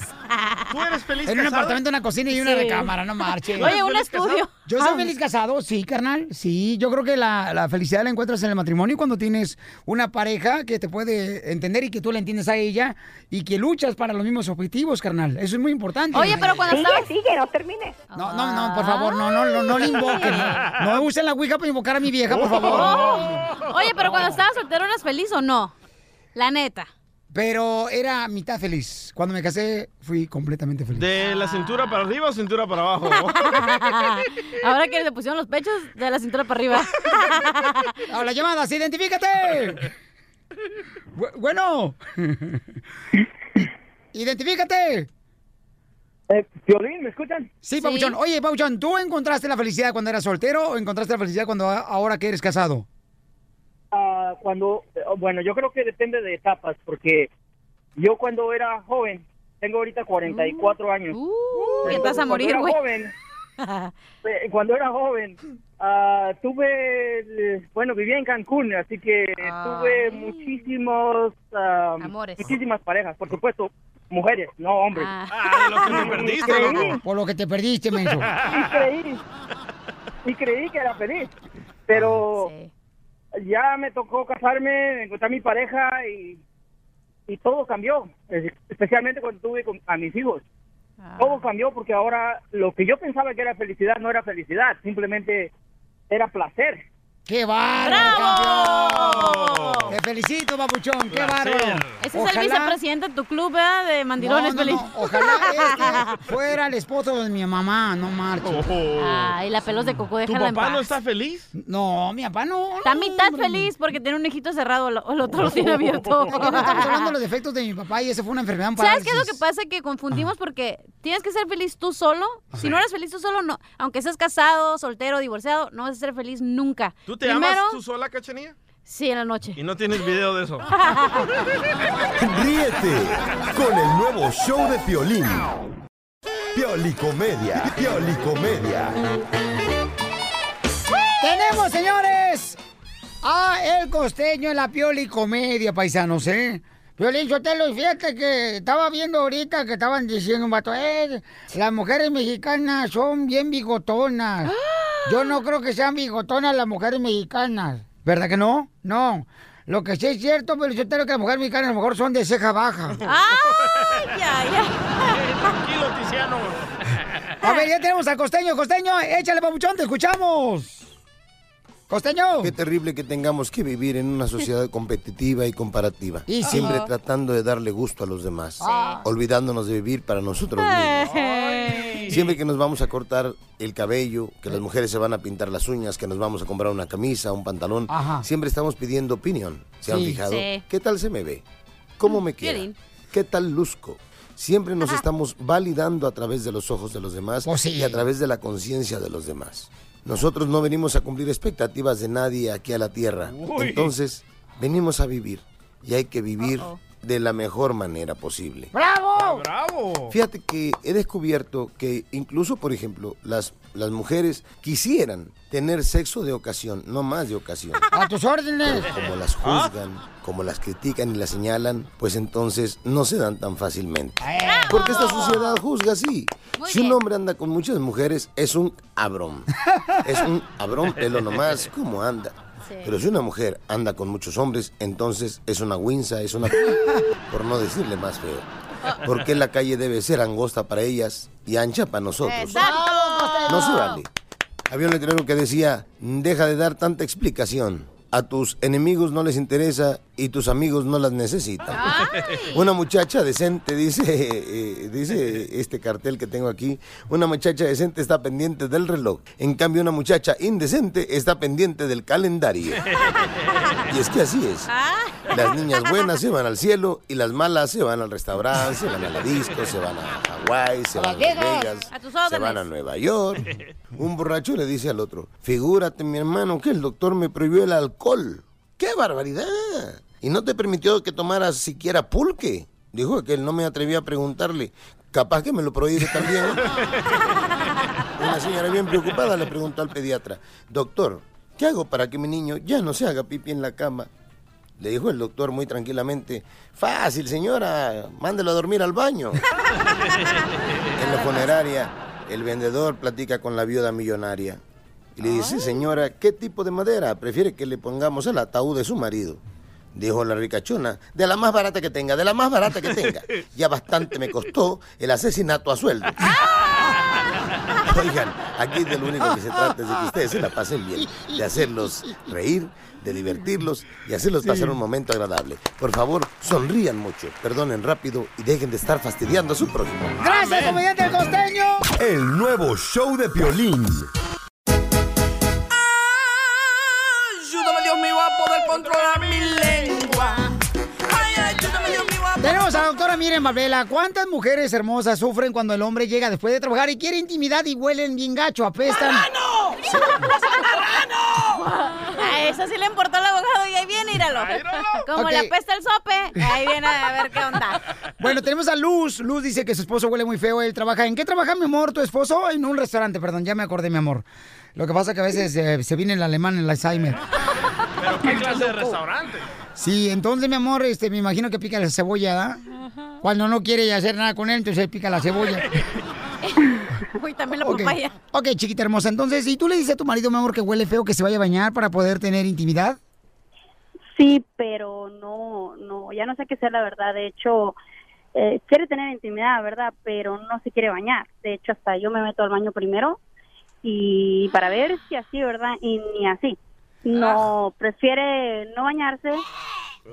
Tú eres feliz En un apartamento, una cocina y una recámara, no marches. Oye, un estudio. Ah. Yo Ah, soy feliz casado, sí, carnal. Sí, yo creo que la, la felicidad la encuentras en el matrimonio cuando tienes una pareja que te puede entender y que tú la entiendes a ella y que luchas para los mismos objetivos, carnal. Eso es muy importante. Oye, pero cuando Sigue, estabas- Sigue, no termine. No, no, no, por favor, no, no, no, no le invoquen. No me usen la Ouija para invocar a mi vieja, por favor. Oh. Oye, pero cuando estabas soltero, ¿eras feliz o no? La neta. *laughs* Pero era mitad feliz. Cuando me casé, fui completamente feliz. ¿De la cintura para arriba o cintura para *laughs* abajo? Ahora que le pusieron los pechos de la cintura para arriba. Ahora llamadas, identifícate. Bu- bueno. *laughs* identifícate. Violín, Eh, ¿me escuchan? Sí, Pabuchón. Oye, Pabuchón, ¿tú encontraste la felicidad cuando eras soltero o encontraste la felicidad cuando a- ahora que eres casado? Ah, cuando, eh, bueno, yo creo que depende de etapas, porque yo cuando era joven, tengo ahorita Uh, 44 años. te Entonces, vas a cuando morir, era güey. *laughs* joven, eh, cuando era joven, ah, tuve, eh, bueno, vivía en Cancún, así que Ah, tuve muchísimos, ah, muchísimas parejas, por supuesto, mujeres, no hombres. Ah. Ah. Ah, Ah, Por lo que te perdiste, *laughs* menso. y creí y creí que era feliz pero ya me tocó casarme encontrar mi pareja y y todo cambió es- especialmente cuando tuve con- a mis hijos todo cambió porque ahora lo que yo pensaba que era felicidad no era felicidad simplemente era placer ¡Qué bárbaro, campeón! Te felicito, Pabuchón, qué Placer. bárbaro. Ese es el Ojalá- vicepresidente de tu club, ¿verdad? De mandilones No, no, feliz. no, Ojalá *laughs* este fuera el esposo de mi mamá, no marcho. Oh. Ay, la pelos de coco, ¿Tu déjala en papá no paz. está feliz? No, mi papá no. Está mitad feliz porque tiene un ojito cerrado, lo- el otro lo tiene *laughs* abierto. Es que no estamos hablando de *laughs* los defectos de mi papá y eso fue una enfermedad. en ¿Sabes qué es lo parálisis. que pasa? Que confundimos porque tienes que ser feliz tú solo. Si no eres feliz tú solo, no. Aunque seas casado, soltero, divorciado, no vas a ser feliz nunca. ¿Tú te Primero, amas tú sola, *laughs* cachanilla? Sí, en la noche. Y no tienes video de eso. Ríete con el nuevo show de Piolín. Piolicomedia, Piolicomedia. Tenemos, señores, a El Costeño en la Pioli Comedia, paisanos, ¿eh? Piolín, yo te lo fíjate que estaba viendo ahorita que estaban diciendo un vato, eh, las mujeres mexicanas son bien bigotonas. ¡Ah! Yo no creo que sean bigotonas las mujeres mexicanas. ¿Verdad que no? No. Lo que sí es cierto, pero yo creo que las mujeres mexicanas a lo mejor son de ceja baja. ¡Ay, ya, ya! Tranquilo, Tiziano. A ver, ya tenemos al costeño. Costeño, échale papuchón, te escuchamos. Costeño. Qué terrible que tengamos que vivir en una sociedad competitiva y comparativa. Y sí. Siempre Ajá. tratando de darle gusto a los demás. Sí. Eh. Olvidándonos de vivir para nosotros mismos. Siempre que nos vamos a cortar el cabello, que las mujeres se van a pintar las uñas, que nos vamos a comprar una camisa, un pantalón, Ajá. siempre estamos pidiendo opinión. ¿Se han Sí. fijado? Sí. ¿Qué tal se me ve? ¿Cómo me queda? Piolín. ¿Qué tal luzco? Siempre nos estamos validando a través de los ojos de los demás Pues y a través de la conciencia de los demás. Nosotros no venimos a cumplir expectativas de nadie aquí a la tierra. Uy. Entonces, venimos a vivir y hay que vivir de la mejor manera posible. ¡Bravo! ¡Bravo! Fíjate que he descubierto que incluso, por ejemplo, las, las mujeres quisieran tener sexo de ocasión, no más de ocasión. A tus órdenes. Pero como las juzgan, como las critican y las señalan, pues entonces no se dan tan fácilmente. Porque esta sociedad juzga así. Si un hombre anda con muchas mujeres, es un abrón. Es un abrón, pelo nomás, como anda. Pero si una mujer anda con muchos hombres, entonces es una winza, es una... por no decirle más feo. Porque la calle debe ser angosta para ellas y ancha para nosotros. No se vale. Había un letrero que decía, deja de dar tanta explicación. A tus enemigos no les interesa y tus amigos no las necesitan. Una muchacha decente, dice, eh, dice este cartel que tengo aquí, una muchacha decente está pendiente del reloj. En cambio, una muchacha indecente está pendiente del calendario. Y es que así es. Ah, Las niñas buenas se van al cielo y las malas se van al restaurante, se van a la disco, se van a Hawái, se A van a Las Las Vegas. Vegas, A tus se van a órdenes. Nueva York. Un borracho le dice al otro, figúrate mi hermano que el doctor me prohibió el alcohol. ¡Qué barbaridad! Y no te permitió que tomaras siquiera pulque. Dijo que él no me atrevió a preguntarle. Capaz que me lo prohíbe también. Una señora bien preocupada le preguntó al pediatra, doctor, ¿Qué hago para que mi niño ya no se haga pipí en la cama? Le dijo el doctor muy tranquilamente, fácil señora, mándelo a dormir al baño. *laughs* En la funeraria, el vendedor platica con la viuda millonaria y le dice, señora, ¿qué tipo de madera prefiere que le pongamos al ataúd de su marido? Dijo la ricachona, de la más barata que tenga, de la más barata que tenga. Ya bastante me costó el asesinato a sueldo. Oigan, aquí de lo único que se trata es de que ustedes se la pasen bien, de hacerlos reír, de divertirlos y hacerlos pasar un momento agradable. Por favor, sonrían mucho, perdonen rápido y dejen de estar fastidiando a su prójimo. ¡Gracias, comediante del costeño! El nuevo show de Piolín. Ayúdame, Dios mío, a poder controlar mi lengua. Ay, ayúdame, Dios mío, a Tenemos a la doctora Miren Mabela. ¿Cuántas mujeres hermosas sufren cuando el hombre llega después de trabajar y quiere intimidad y huelen bien gacho, apestan? *laughs* A eso sí le importó el abogado y ahí viene, íralo. Como Ok. le apesta el sope, ahí viene a ver qué onda. Bueno, tenemos a Luz. Luz dice que su esposo huele muy feo. Él trabaja. ¿En qué trabaja, mi amor, tu esposo? En un restaurante, perdón, ya me acordé, mi amor. Lo que pasa que a veces eh, se viene el alemán, el Alzheimer. ¿Pero qué clase de restaurante? Sí, entonces, mi amor, este, me imagino que pica la cebolla, ¿da? Cuando no quiere hacer nada con él, entonces pica la cebolla. *laughs* Uy, también la Ok. papaya. ok, chiquita hermosa. Entonces, ¿y tú le dices a tu marido, mi amor, que huele feo, que se vaya a bañar para poder tener intimidad? Sí, pero no, no, ya no sé qué sea la verdad. De hecho, eh, quiere tener intimidad, ¿verdad? Pero no se quiere bañar. De hecho, hasta yo me meto al baño primero y para ver si así, ¿verdad? Y ni así. No, prefiere no bañarse,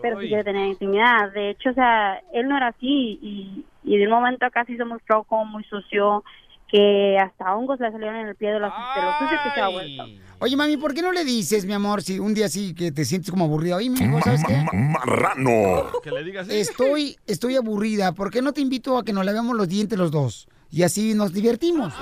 pero sí Uy. quiere tener intimidad. De hecho, o sea, él no era así y, y de un momento acá sí se mostró como muy sucio, que hasta hongos le salieron en el pie de, las, de lo sucio que se ha vuelto. Oye, mami, ¿por qué no le dices, mi amor, si un día sí que te sientes como aburrida? Oye, mi amor, ¿sabes qué? Marrano. Que le digas. Estoy, estoy aburrida. ¿Por qué no te invito a que nos lavemos los dientes los dos? Y así nos divertimos.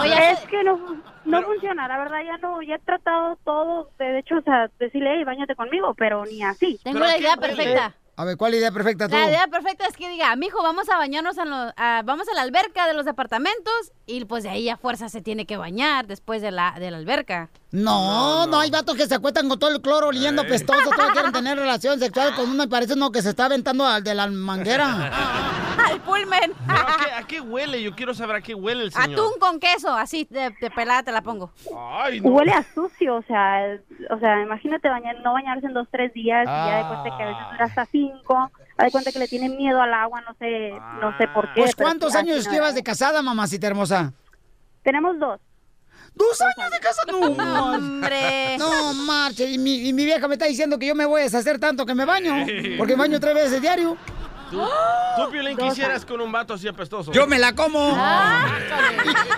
Oye, es que no, no funciona, la verdad, ya no, ya he tratado todo, de de hecho, o sea, decirle, hey, bañate conmigo, pero ni así. Tengo la idea perfecta. A ver, ¿cuál idea perfecta tú? La idea perfecta es que diga, mijo, vamos a bañarnos, en los- a- vamos a la alberca de los departamentos y pues de ahí a fuerza se tiene que bañar después de la, de la alberca. No, no, hay vatos que se acuestan con todo el cloro Eh. oliendo pestoso, todos *laughs* quieren tener relación sexual con uno y parece uno que se está aventando al de la manguera. Al pulmen. ¿Pero a, qué, a qué huele? Yo quiero saber a qué huele el señor. Atún con queso, así de, de pelada te la pongo. Ay, no. Huele a sucio, o sea, el- o sea, imagínate bañar, no bañarse en dos, tres días, y ya de cuenta que a veces dura hasta cinco, ya de cuenta que le tiene miedo al agua, no sé, *laughs* no sé por qué. Pues pero ¿cuántos sí, así años no llevas es. de casada, mamacita hermosa? Tenemos dos. ¿Dos años de casa? *laughs* No, hombre. No, marche, y mi, y mi vieja me está diciendo que yo me voy a deshacer tanto que me baño, porque me baño tres veces diario. ¿Tú, *gasps* tú Piolín, Dos quisieras con un vato así apestoso? Yo me la como. Ah. *laughs* Ah.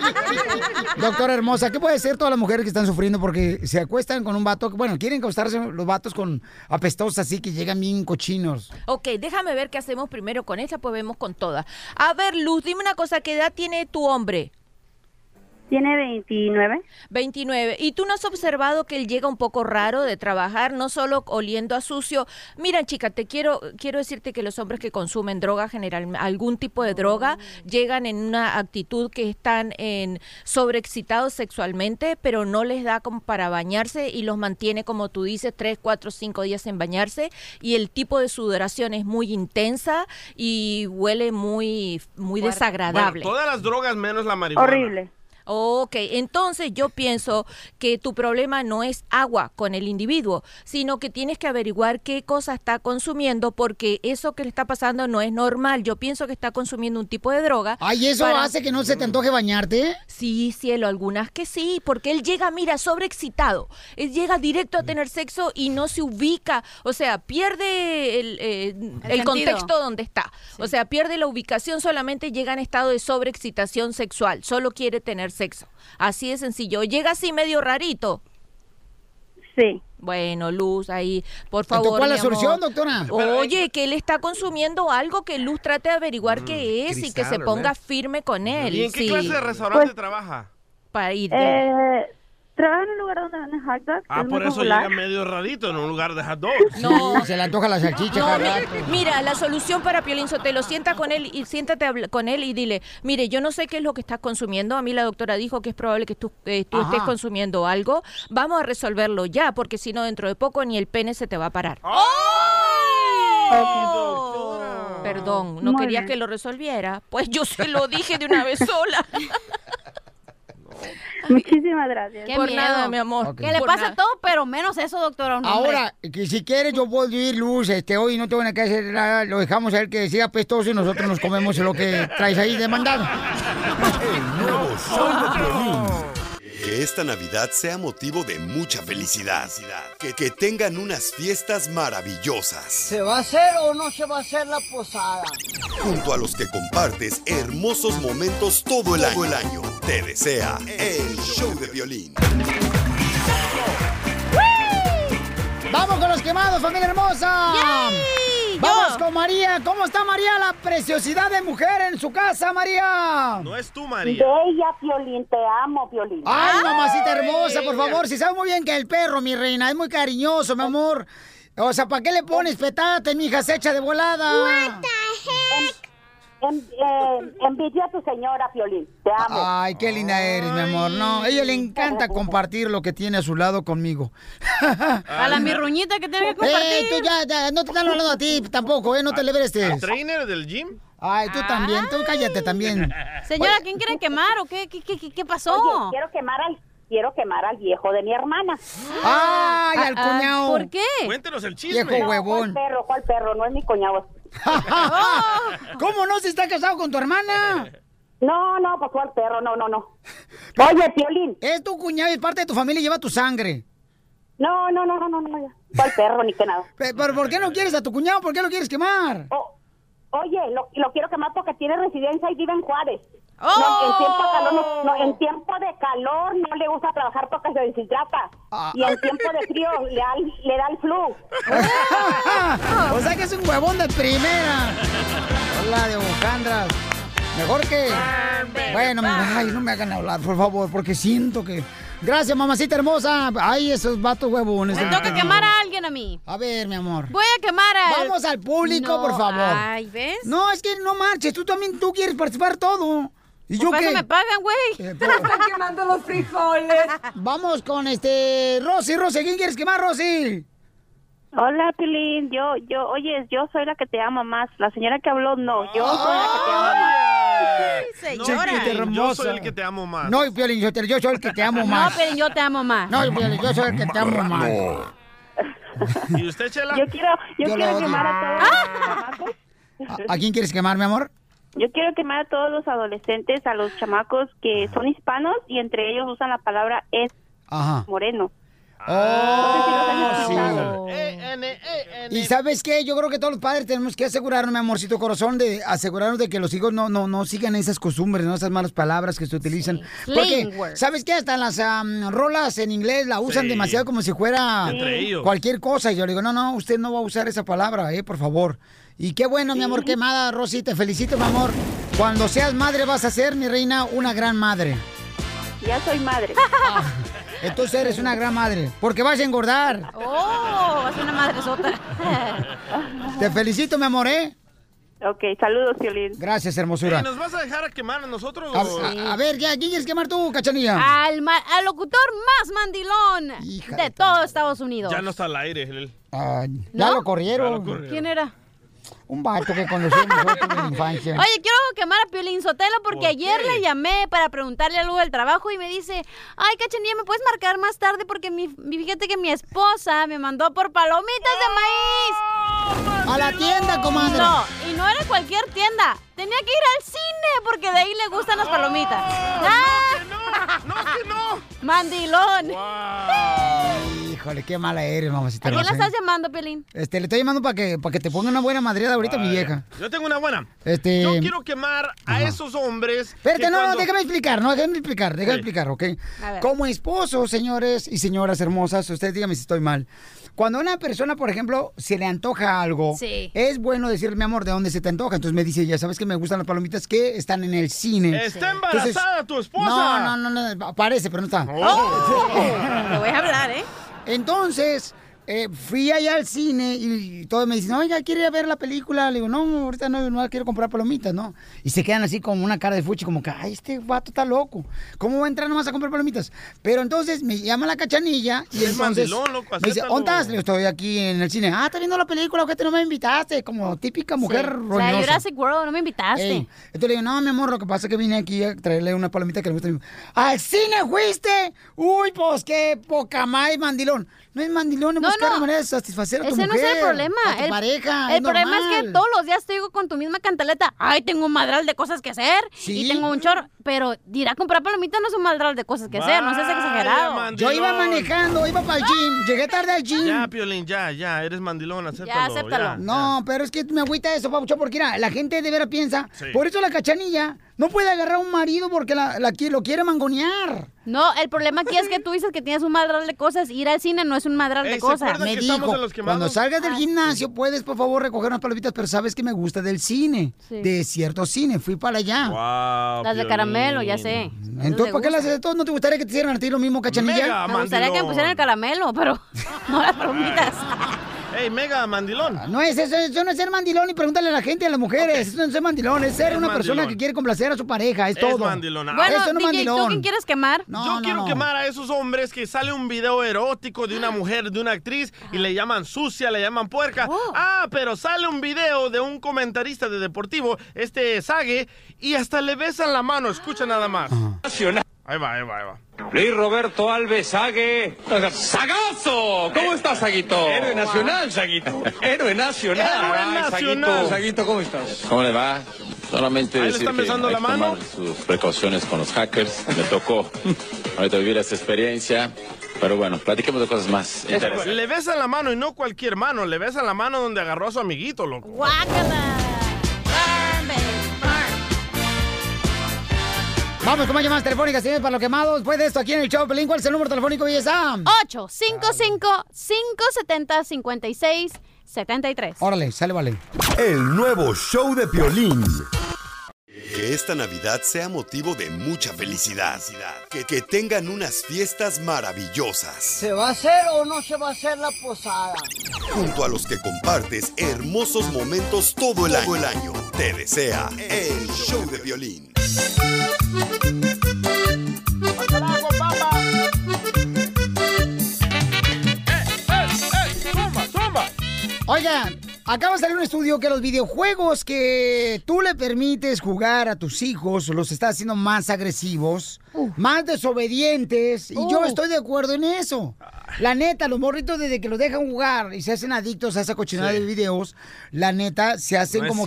Doctora hermosa, ¿qué puede ser todas las mujeres que están sufriendo porque se acuestan con un vato? que- Bueno, quieren acostarse los vatos con apestosos así que llegan bien cochinos. Ok, déjame ver qué hacemos primero con esta, pues vemos con todas. A ver, Luz, dime una cosa, ¿qué edad tiene tu hombre? Tiene 29. 29. ¿Y tú no has observado que él llega un poco raro de trabajar, no solo oliendo a sucio? Mira, chica, te quiero quiero decirte que los hombres que consumen droga general algún tipo de droga llegan en una actitud que están en sobreexcitados sexualmente, pero no les da como para bañarse y los mantiene como tú dices 3, 4, 5 días en bañarse y el tipo de sudoración es muy intensa y huele muy muy desagradable. Bueno, todas las drogas menos la marihuana. Ok, entonces yo pienso que tu problema no es agua con el individuo, sino que tienes que averiguar qué cosa está consumiendo porque eso que le está pasando no es normal. Yo pienso que está consumiendo un tipo de droga. Ay, ¿eso hace que no se te antoje bañarte? Sí, cielo, algunas que sí, porque él llega, mira, sobreexcitado. Él llega directo Mm. a tener sexo y no se ubica, o sea, pierde el, eh, el sentido. contexto donde está. O sea, pierde la ubicación, solamente llega en estado de sobreexcitación sexual, solo quiere tener sexo. Así de sencillo. Llega así medio rarito. Sí. Bueno, Luz, ahí, por ¿Entonces favor. cuál es la mi amor. solución, doctora? eh, eh, Oye, que él está consumiendo algo que Luz trate de Mm, averiguar qué es y que se cristal, ponga ¿verdad? firme con él. ¿Y en qué sí. clase de restaurante trabaja? Para ir. de- Eh, Trabajo en un lugar donde venden hot dogs. Ah, es muy por eso popular. llega medio rarito en un lugar de hot dogs. No. *laughs* Se le antoja la salchicha. No, cada mi- rato. mira, la solución para Piolín Sotelo, sienta con él y siéntate a habl- con él y dile, mire, yo no sé qué es lo que estás consumiendo, a mí la doctora dijo que es probable que tú, eh, tú Ajá. estés consumiendo algo, vamos a resolverlo ya, porque si no dentro de poco ni el pene se te va a parar. ¡Oh! Perdón, no Muy quería bien. que lo resolviera, pues yo se lo dije de una vez sola. *laughs* Muchísimas gracias. Qué Por miedo. nada, mi amor. Ok. Que le Por pasa nada. todo, pero menos eso, doctora. un hombre. Ahora, que si quieres, yo puedo ir luz. Este, hoy no tengo nada que hacer nada. ah, Lo dejamos a él que siga apestoso y nosotros nos comemos lo que traes ahí demandado. Nuevo show de Piolín. Que esta Navidad sea motivo de mucha felicidad. Que, que tengan unas fiestas maravillosas. ¿Se va a hacer o no se va a hacer la posada? Junto a los que compartes hermosos momentos todo el, año. Te desea el show de violín. ¡Vamos con los quemados, familia hermosa! ¡Vamos con María! ¿Cómo está María, la preciosidad de mujer en su casa, María? *laughs* No es tú, María. Bella, Piolín, te amo, Piolín. ¡Ay, mamacita hermosa, por favor! Si sabe muy bien que el perro, mi reina, es muy cariñoso, mi amor. O sea, ¿para qué le pones petate, mija, se echa de volada? Em- eh, envidio a tu señora, Piolín. Te amo. Ay, qué linda eres, mi amor. No, a ella le encanta compartir lo que tiene a su lado conmigo. A la mirruñita que tiene Eh, tú que compartir. ya, ya, no te están hablando a ti tampoco, ¿eh? No te le ¿El veres. trainer del gym? Ay, tú también, tú cállate también. Señora, ¿quién quieren quemar o qué, qué, qué, qué, qué pasó? Oye, quiero quemar al quiero quemar al viejo de mi hermana. Ay, al Ah, ah, cuñado. ¿por qué? Cuéntenos el chisme. Viejo huevón. No, ¿cuál perro, cuál perro, no es mi cuñado. *laughs* ¿Cómo no? Si está casado con tu hermana. No, no, pues cuál perro, no, no, no. Oye, Piolín. Es tu cuñado y parte de tu familia y lleva tu sangre. No, no, no, no, no, no. ya. ¿Cuál perro ni qué nada? *laughs* Pe- ¿Pero por qué no quieres a tu cuñado? ¿Por qué lo quieres quemar? Oye, lo, lo quiero quemar porque tiene residencia y vive en Juárez. No, ¡Oh! en tiempo de calor no, no, en tiempo de calor no le gusta trabajar porque se deshidrata. Ah. Y en tiempo de frío le da, el- le da el flu. *laughs* o sea que es un huevón de primera. Hola de Bocandras. Mejor que. Bueno, ay, no me hagan hablar, por favor, porque siento que. Gracias, mamacita hermosa. Ay, esos vatos huevones. Pues Me toca quemar a alguien a mí. Ah. A ver, mi amor. Voy a quemar a... Vamos al público, por favor. Ay, ¿ves? No, es que no marches. Tú también tú quieres participar todo. ¿Y yo Por qué? eso me pagan, güey. Están quemando los frijoles. Vamos con este. Rosy, Rosy, ¿quién quieres quemar, Rosy? Hola, Pilín. Yo, yo, oye, yo soy la que te ama más. La señora que habló, no. Yo soy la que te Ah. ama más. Chiquita Yo hermosa. soy el que te amo más. No, Piolín, yo, te- yo soy el que te amo No, más. pero yo te amo más. No, Piolín, yo soy el que te amo más. ¿Y usted, Chela? Yo quiero, Yo yo, la quiero odio. quemar a todos. los chamacos. Ah. ¿A quién quieres quemar, mi amor? Yo quiero quemar a todos los adolescentes, a los chamacos que son hispanos y entre ellos usan la palabra es Ajá. moreno. Ah. Oh, sí. sí. Y sabes qué, yo creo que todos los padres tenemos que asegurarnos, mi amorcito corazón, de asegurarnos de que los hijos no, no, no sigan esas costumbres, no esas malas palabras que se utilizan. Slang Porque, words. ¿sabes qué? Hasta las am, rolas en inglés la usan Sí. demasiado como si fuera Entre ellos. cualquier cosa. Y yo le digo, no, no, usted no va a usar esa palabra, eh, por favor. Y qué bueno, mi amor, quemada, Rosy, te felicito, mi amor. Cuando seas madre vas a ser, mi reina, una gran madre. Ah, Ya soy madre. Entonces eres una gran madre, porque vas a engordar. Oh, es *laughs* una madresota. Te felicito, mi amor, ¿eh? Ok, saludos, Violín. Gracias, hermosura. Ey, ¿Nos vas a dejar a quemar a nosotros? A, o- a- a ver, ya, ¿quién quieres quemar tú, cachanilla? Al, ma- al locutor más mandilón de todo Estados Unidos. Ya no está al aire. él. Ay, ya ¿No? lo Ya corrieron. lo corrieron. ¿Quién era? Un vato que conocimos nosotros en la infancia. Oye, quiero quemar a Piolín Sotelo porque ¿Por ayer qué? le llamé para preguntarle algo del trabajo y me dice, ay, cachanilla, ¿me puedes marcar más tarde? Porque mi, mi- fíjate que mi esposa me mandó por palomitas de maíz. ¡A la tienda, comadre! No, y no era cualquier tienda. Tenía que ir al cine porque de ahí le gustan las palomitas. ¡Ah! ¡No, que no! ¡Mandilón! Híjole, qué mala eres, mamacita. ¿A quién la hermosa. estás llamando, Pelín? Este, le estoy llamando para que, para que te ponga una buena madreada ahorita, mi vieja. Yo tengo una buena. Este- Yo quiero quemar a Ajá. esos hombres. Espérate, que no, cuando- no, déjame explicar, no, déjame explicar, déjame explicar, ¿ok? A ver. Como esposo, señores y señoras hermosas, ustedes díganme si estoy mal. Cuando a una persona, por ejemplo, se le antoja algo, Sí. es bueno decirle, mi amor, ¿de dónde se te antoja? Entonces me dice, ya sabes que me gustan las palomitas que están en el cine. Está Entonces, embarazada tu esposa. No, no, no, no, parece, pero no está. Te voy a hablar, ¿eh? Entonces, eh, fui allá al cine y, todos me dicen, oiga, ¿quiere ir a ver la película? Le digo, no, ahorita no, no quiero comprar palomitas, ¿no? Y se quedan así como una cara de fuchi, como que, ay, este vato está loco. ¿Cómo va a entrar nomás a comprar palomitas? Pero entonces me llama la cachanilla y Es entonces mandilón, loco, me dice, acéptalo. ¿dónde estás? Le digo, estoy aquí en el cine. Ah, ¿estás viendo la película? ¿Por qué te no me invitaste? Este, Como típica mujer Sí. O sea, roñosa. Jurassic World, no me invitaste. Ey. Entonces le digo, no, mi amor, lo que pasa es que vine aquí a traerle una palomita que le gusta. a mi- ¿Al cine fuiste? Uy, pues qué poca más mandilón. No es mandilón, es No, buscar no. la manera de satisfacer a tu Ese no es el mujer, problema. a tu el pareja. el problema es que todos los días te digo con tu misma cantaleta, ay, tengo un madral de cosas que hacer y tengo un chorro. Pero dirá comprar palomitas no es un madral de cosas que hacer, no seas exagerado. Yo iba manejando, iba para el gym, llegué tarde al gym. Ya, Piolín, ya, ya. Eres mandilón, acéptalo. ya. No, pero es que me agüita eso, Pabuchón, porque mira, la gente de veras piensa. Sí. Por eso la cachanilla no puede agarrar a un marido porque la, la qui- lo quiere mangonear. No, el problema aquí es que tú dices que tienes un madral de cosas. Ir al cine no es un madral de cosas. Ah, Me dijo, cuando salgas del Ay, gimnasio puedes por favor recoger unas palomitas, pero sabes que me gusta del cine, Sí. de cierto cine, fui para allá. Ah, Las de caramelo, ya sé. Entonces, ¿para qué las de todos? ¿No te gustaría que te hicieran a ti lo mismo, cachanilla? Me gustaría que me pusieran el caramelo, *laughs* pero no las palomitas. ¡Ey, mega mandilón! Ah, No es eso, eso no es ser mandilón y pregúntale a la gente, a las mujeres. Eso no es ser mandilón, es ser Es una persona mandilón. que quiere complacer a su pareja, es, Es todo. mandilón. Eso Bueno, no es DJ, ¿tú mandilón. quién quieres quemar? Yo quiero quemar a esos hombres que sale un video erótico de una mujer, de una actriz, y le llaman sucia, le llaman puerca. Oh. Ah, pero sale un video de un comentarista de deportivo, este Sague, y hasta le besan la mano. Escucha nada más. Ahí va, ahí va, ahí va. Luis Roberto Alves Sague. ¡Sagazo! ¿Cómo estás, Saguito? Héroe nacional, Saguito. Héroe nacional. Ay, Saguito, Saguito, ¿cómo estás? ¿Cómo le va? Solamente Ahí le decir están que besando hay la que tomar mano. sus precauciones con los hackers. Me *laughs* tocó ahorita vivir esta experiencia. Pero bueno, platiquemos de cosas más interesantes. Le besan la mano y no cualquier mano, le besan la mano donde agarró a su amiguito, loco. Vamos con más llamadas telefónicas, señores, para los quemados. Después de esto, aquí en el show, Pelín, ¿cuál es el número telefónico, belleza? 8, 5, 5, 5, 70, 56, 73. Órale, sale, vale. El nuevo show de Piolín. Que esta Navidad sea motivo de mucha felicidad. Que, que tengan unas fiestas maravillosas. ¿Se va a hacer o no se va a hacer la posada? Junto a los que compartes hermosos momentos todo el, año. Te desea el show de Piolín. Oigan, acaba de salir un estudio que los videojuegos que tú le permites jugar a tus hijos los está haciendo más agresivos, más desobedientes. Y yo Uh. estoy de acuerdo en eso. La neta, los morritos desde que los dejan jugar y se hacen adictos a esa cochinada Sí. de videos, la neta se hacen No es como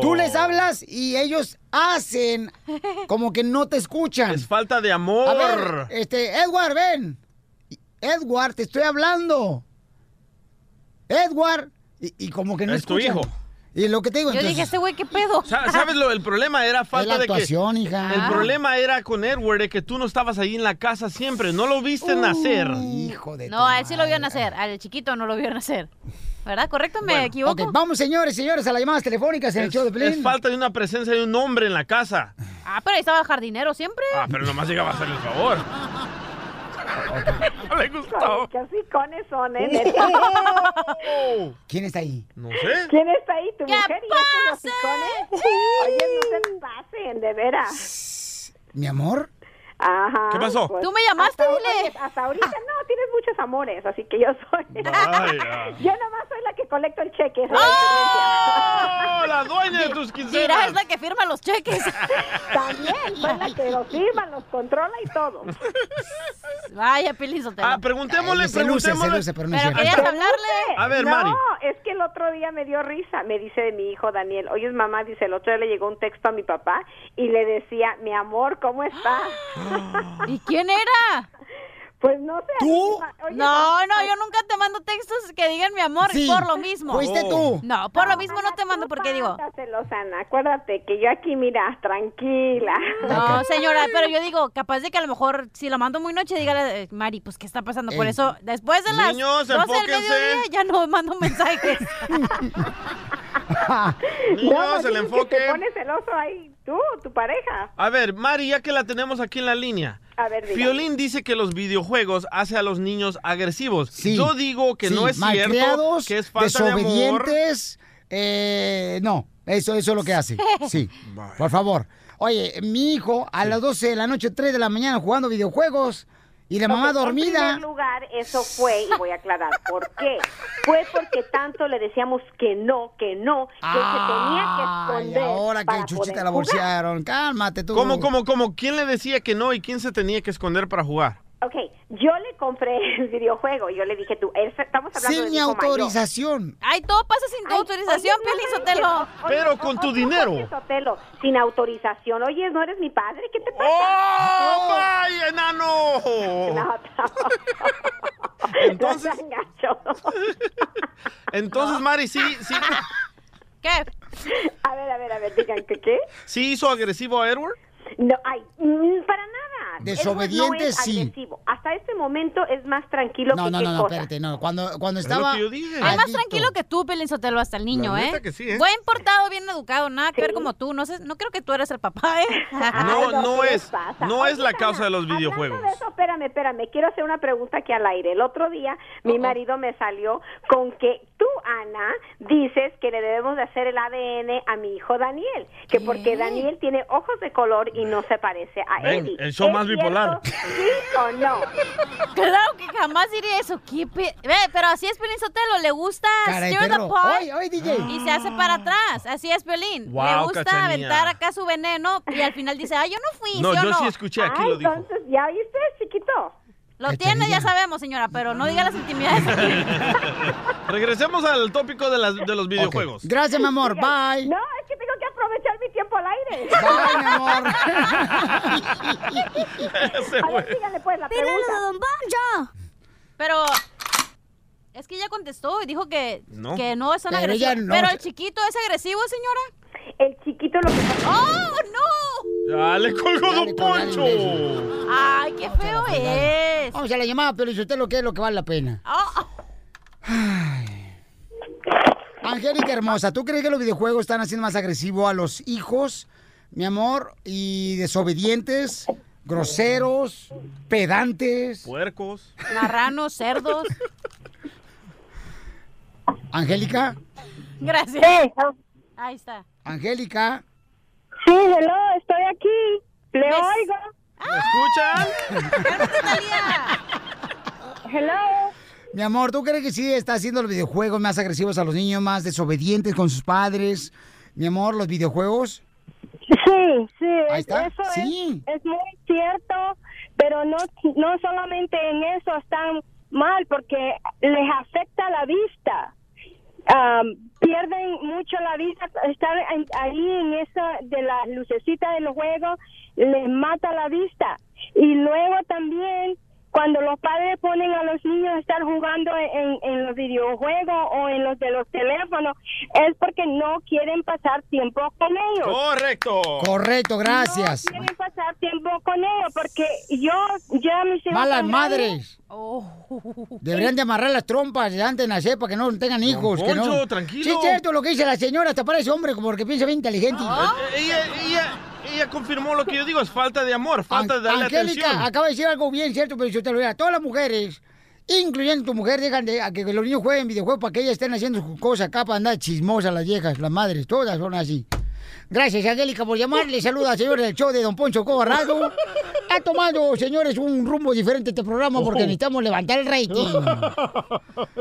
que tú les hablas y ellos hacen como que no te escuchan. Es falta de amor. A ver, eh, este, Edward, ven. Edward, te estoy hablando. Edward. Y, y como que no Es tu escuchan. hijo. Y lo que te digo, Yo dije, entonces, este güey, ¿qué pedo? *laughs* Sa- ¿Sabes lo? El problema era falta la de que... actuación, hija. El problema era con Edward, de que tú no estabas ahí en la casa siempre, no lo viste nacer. Hijo de... No, a él sí lo vieron hacer, al chiquito no lo vieron hacer. ¿Verdad? ¿Correcto? ¿Me equivoco? Ok, vamos, señores, señores, a las llamadas telefónicas en el show de Es Pelín. falta de una presencia de un hombre en la casa. Ah, pero ahí estaba el jardinero siempre. Ah, pero nomás llegaba a hacerle el favor. No *laughs* le gustó. ¿Qué hocicones son, eh? *laughs* ¿Quién está ahí? No sé. ¿Quién está ahí? ¿Tu ¡Que mujer y ya tus hocicones? Oye, no se pasen, de veras. Mi amor. Ajá. pues, ¿Qué pasó? Tú me llamaste, hasta, dile. oye, hasta ahorita no, tienes muchos amores, así que yo soy. *laughs* Vaya. yo nomás soy la que colecto el cheque. esa es ¡Oh! La dueña *laughs* de tus Dirás quincenas. la que firma los cheques. También, soy la que los firma, los controla y todo. *laughs* Vaya, Pelizotelo. Ah, preguntémosle, Se luce, se preguntémosle. luce, pero no es Pero cierto. querías hablarle. A ver, no, Mari. es que el otro día me dio risa. Me dice de mi hijo Daniel. Oye, mamá, dice, el otro día le llegó un texto a mi papá *gasps* y le decía, mi amor, ¿cómo estás? ¿Y quién era? Pues no sé. ¿Tú? *laughs* No, no, yo nunca te mando textos que digan mi amor Sí, por lo mismo. fuiste tú. No, por lo mismo no te mando porque digo. Pásaselo, Sana. Acuérdate que yo aquí, mira, tranquila. No, señora, pero yo digo, capaz de que a lo mejor si lo mando muy noche, dígale, eh, Mari, pues qué está pasando. Por Ey. eso, después de las Niños, 12 del enfóquense. mediodía, ya no mando mensajes. Ah. Niños, el dices que enfoque. Te pones celoso ahí, tú, tu pareja. A ver, Mari, ya que la tenemos aquí en la línea. A ver, dígame. Violín dice que los videojuegos hace a los niños agresivos. Yo digo que Sí, no es cierto, malcriados, que es falta de amor. desobedientes, eh, no, eso, eso es lo que *laughs* hace. Sí, por favor. Oye, mi hijo a las 12 de la noche, 3 de la mañana jugando videojuegos y la mamá Ok, En dormida. primer lugar, eso fue, y voy a aclarar por qué. Fue porque tanto le decíamos que no, que no, que Ah, se y tenía que esconder. ahora que para chuchita poder la jugar. bolsearon. Cálmate tú. ¿Cómo, cómo, cómo? ¿Quién le decía que no y quién se tenía que esconder para jugar? Ok, yo le compré el *laughs* videojuego, yo le dije tú, es- estamos hablando de mi hijo mayor. Ay, todo pasa sin oye, autorización, no, Piolín no, Sotelo. no, no, oye, Pero con no, tu no, dinero. Jorge Sotelo, sin autorización. Oye, no eres mi padre, ¿qué te pasa? *laughs* ¡Oh, vaya, enano! Entonces... Entonces, Mari, sí, sí, ¿Qué? A ver, a ver, a ver, digan que qué. sí hizo agresivo a *laughs* Edward. No, ay, mm, para nada. Desobediente, Edward no es sí. agresivo. Hasta este momento es más tranquilo No, que no, qué no, no, cosa. espérate, no. Cuando, cuando Es lo estaba. que yo dije. Es más tranquilo que tú, Pelín Sotelo, hasta el niño, La neta ¿eh? que sí, ¿eh? Buen portado, bien educado, nada que ver como tú. No sé, no creo que tú eres el papá, ¿eh? No, no ¿qué les es, pasa? no Oye, es la causa de los videojuegos. Hablando de eso, espérame, espérame, quiero hacer una pregunta aquí al aire. El otro día mi marido me salió con que tú, Ana, dices que le debemos de hacer el ADN a mi hijo Daniel, que porque Daniel tiene ojos de color y no se parece a Ven, Eddie. el show ¿Es más bipolar. cierto? ¿Sí o no? Claro que jamás diría eso. ¿qué pe- Ve, pero así es Pelín Sotelo, le gusta Cara de stir the perro. pot Oy, oy, DJ. y se hace Ah. para atrás. Así es Pelín. le Guau, gusta Cachanía. aventar acá su veneno y al final dice, ah, yo no fui, No, ¿sí o yo sí escuché, aquí Ah, lo dijo. Entonces, ¿ya viste, chiquito? Lo tiene, ya sabemos, señora, pero no diga las intimidades aquí. *laughs* *laughs* Regresemos al tópico de, las- de los videojuegos. Gracias, mi amor. Oigan, Bye. *laughs* No, es que tengo que aprovechar mi tiempo al aire. Bye, mi *laughs* amor. A ver, síganle pues la Pídelo, pregunta. don Pero es que ella contestó y dijo que No. que no son Pero agresivos. ella no. Pero el chiquito es agresivo, señora. El chiquito lo que ¡Oh, no! ¡Ya le colgó Ya le Don colgaron Poncho! Ay, qué feo es. Vamos a la llamada, pero si usted lo que es lo que vale la pena. Ah, Ay. Angélica hermosa, ¿tú crees que los videojuegos están haciendo más agresivo a los hijos, mi amor, y desobedientes, groseros, pedantes? Puercos. Marranos, *laughs* cerdos. Angélica, Gracias. Ahí está. Angélica. Sí, hello, estoy aquí. Le ¿Me- oigo. ¿Me escuchan? Hello. Pues, Mi amor, ¿tú crees que sí está haciendo los videojuegos más agresivos a los niños, más desobedientes con sus padres? Mi amor, los videojuegos. Sí, sí, Ahí es- está. eso es- Sí. es, muy cierto, pero no, no solamente en eso están mal, porque les afecta la vista. Am, pierden mucho la vista, estar en- ahí en esa de las lucecitas de los juegos les mata la vista. Y luego también cuando los padres ponen a los niños a estar jugando en, en los videojuegos o en los de los teléfonos, es porque no quieren pasar tiempo con ellos. Correcto. Eh, Correcto, gracias. No quieren pasar tiempo con ellos porque yo ya mis hijos Malas son madres. Oh. grandes. Deberían de amarrar las trompas de antes de nacer para que no tengan hijos. que Poncho, no. tranquilo. Sí, es cierto lo que dice la señora, hasta parece hombre como porque piensa bien inteligente. Eh, Ella, ella, ella confirmó lo que yo digo, es falta de amor, falta de darle Angélica, atención. acaba de decir algo bien cierto, pero yo te lo digo. Todas las mujeres, incluyendo tu mujer, dejan de a que los niños jueguen videojuegos para que ellas estén haciendo sus cosas acá para andar chismosas las viejas, las madres, todas son así. Gracias, Angélica, por llamarle. Saluda, señores del show de Don Poncho Cobarrado. Ha tomado, señores, un rumbo diferente este programa porque necesitamos levantar el *laughs* rating.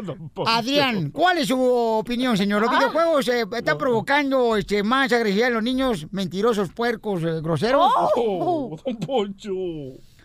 Adrián, ¿cuál es su opinión, señor? ¿Los videojuegos eh, están provocando este, más agresividad en los niños mentirosos, puercos, eh, groseros? Oh, don Poncho.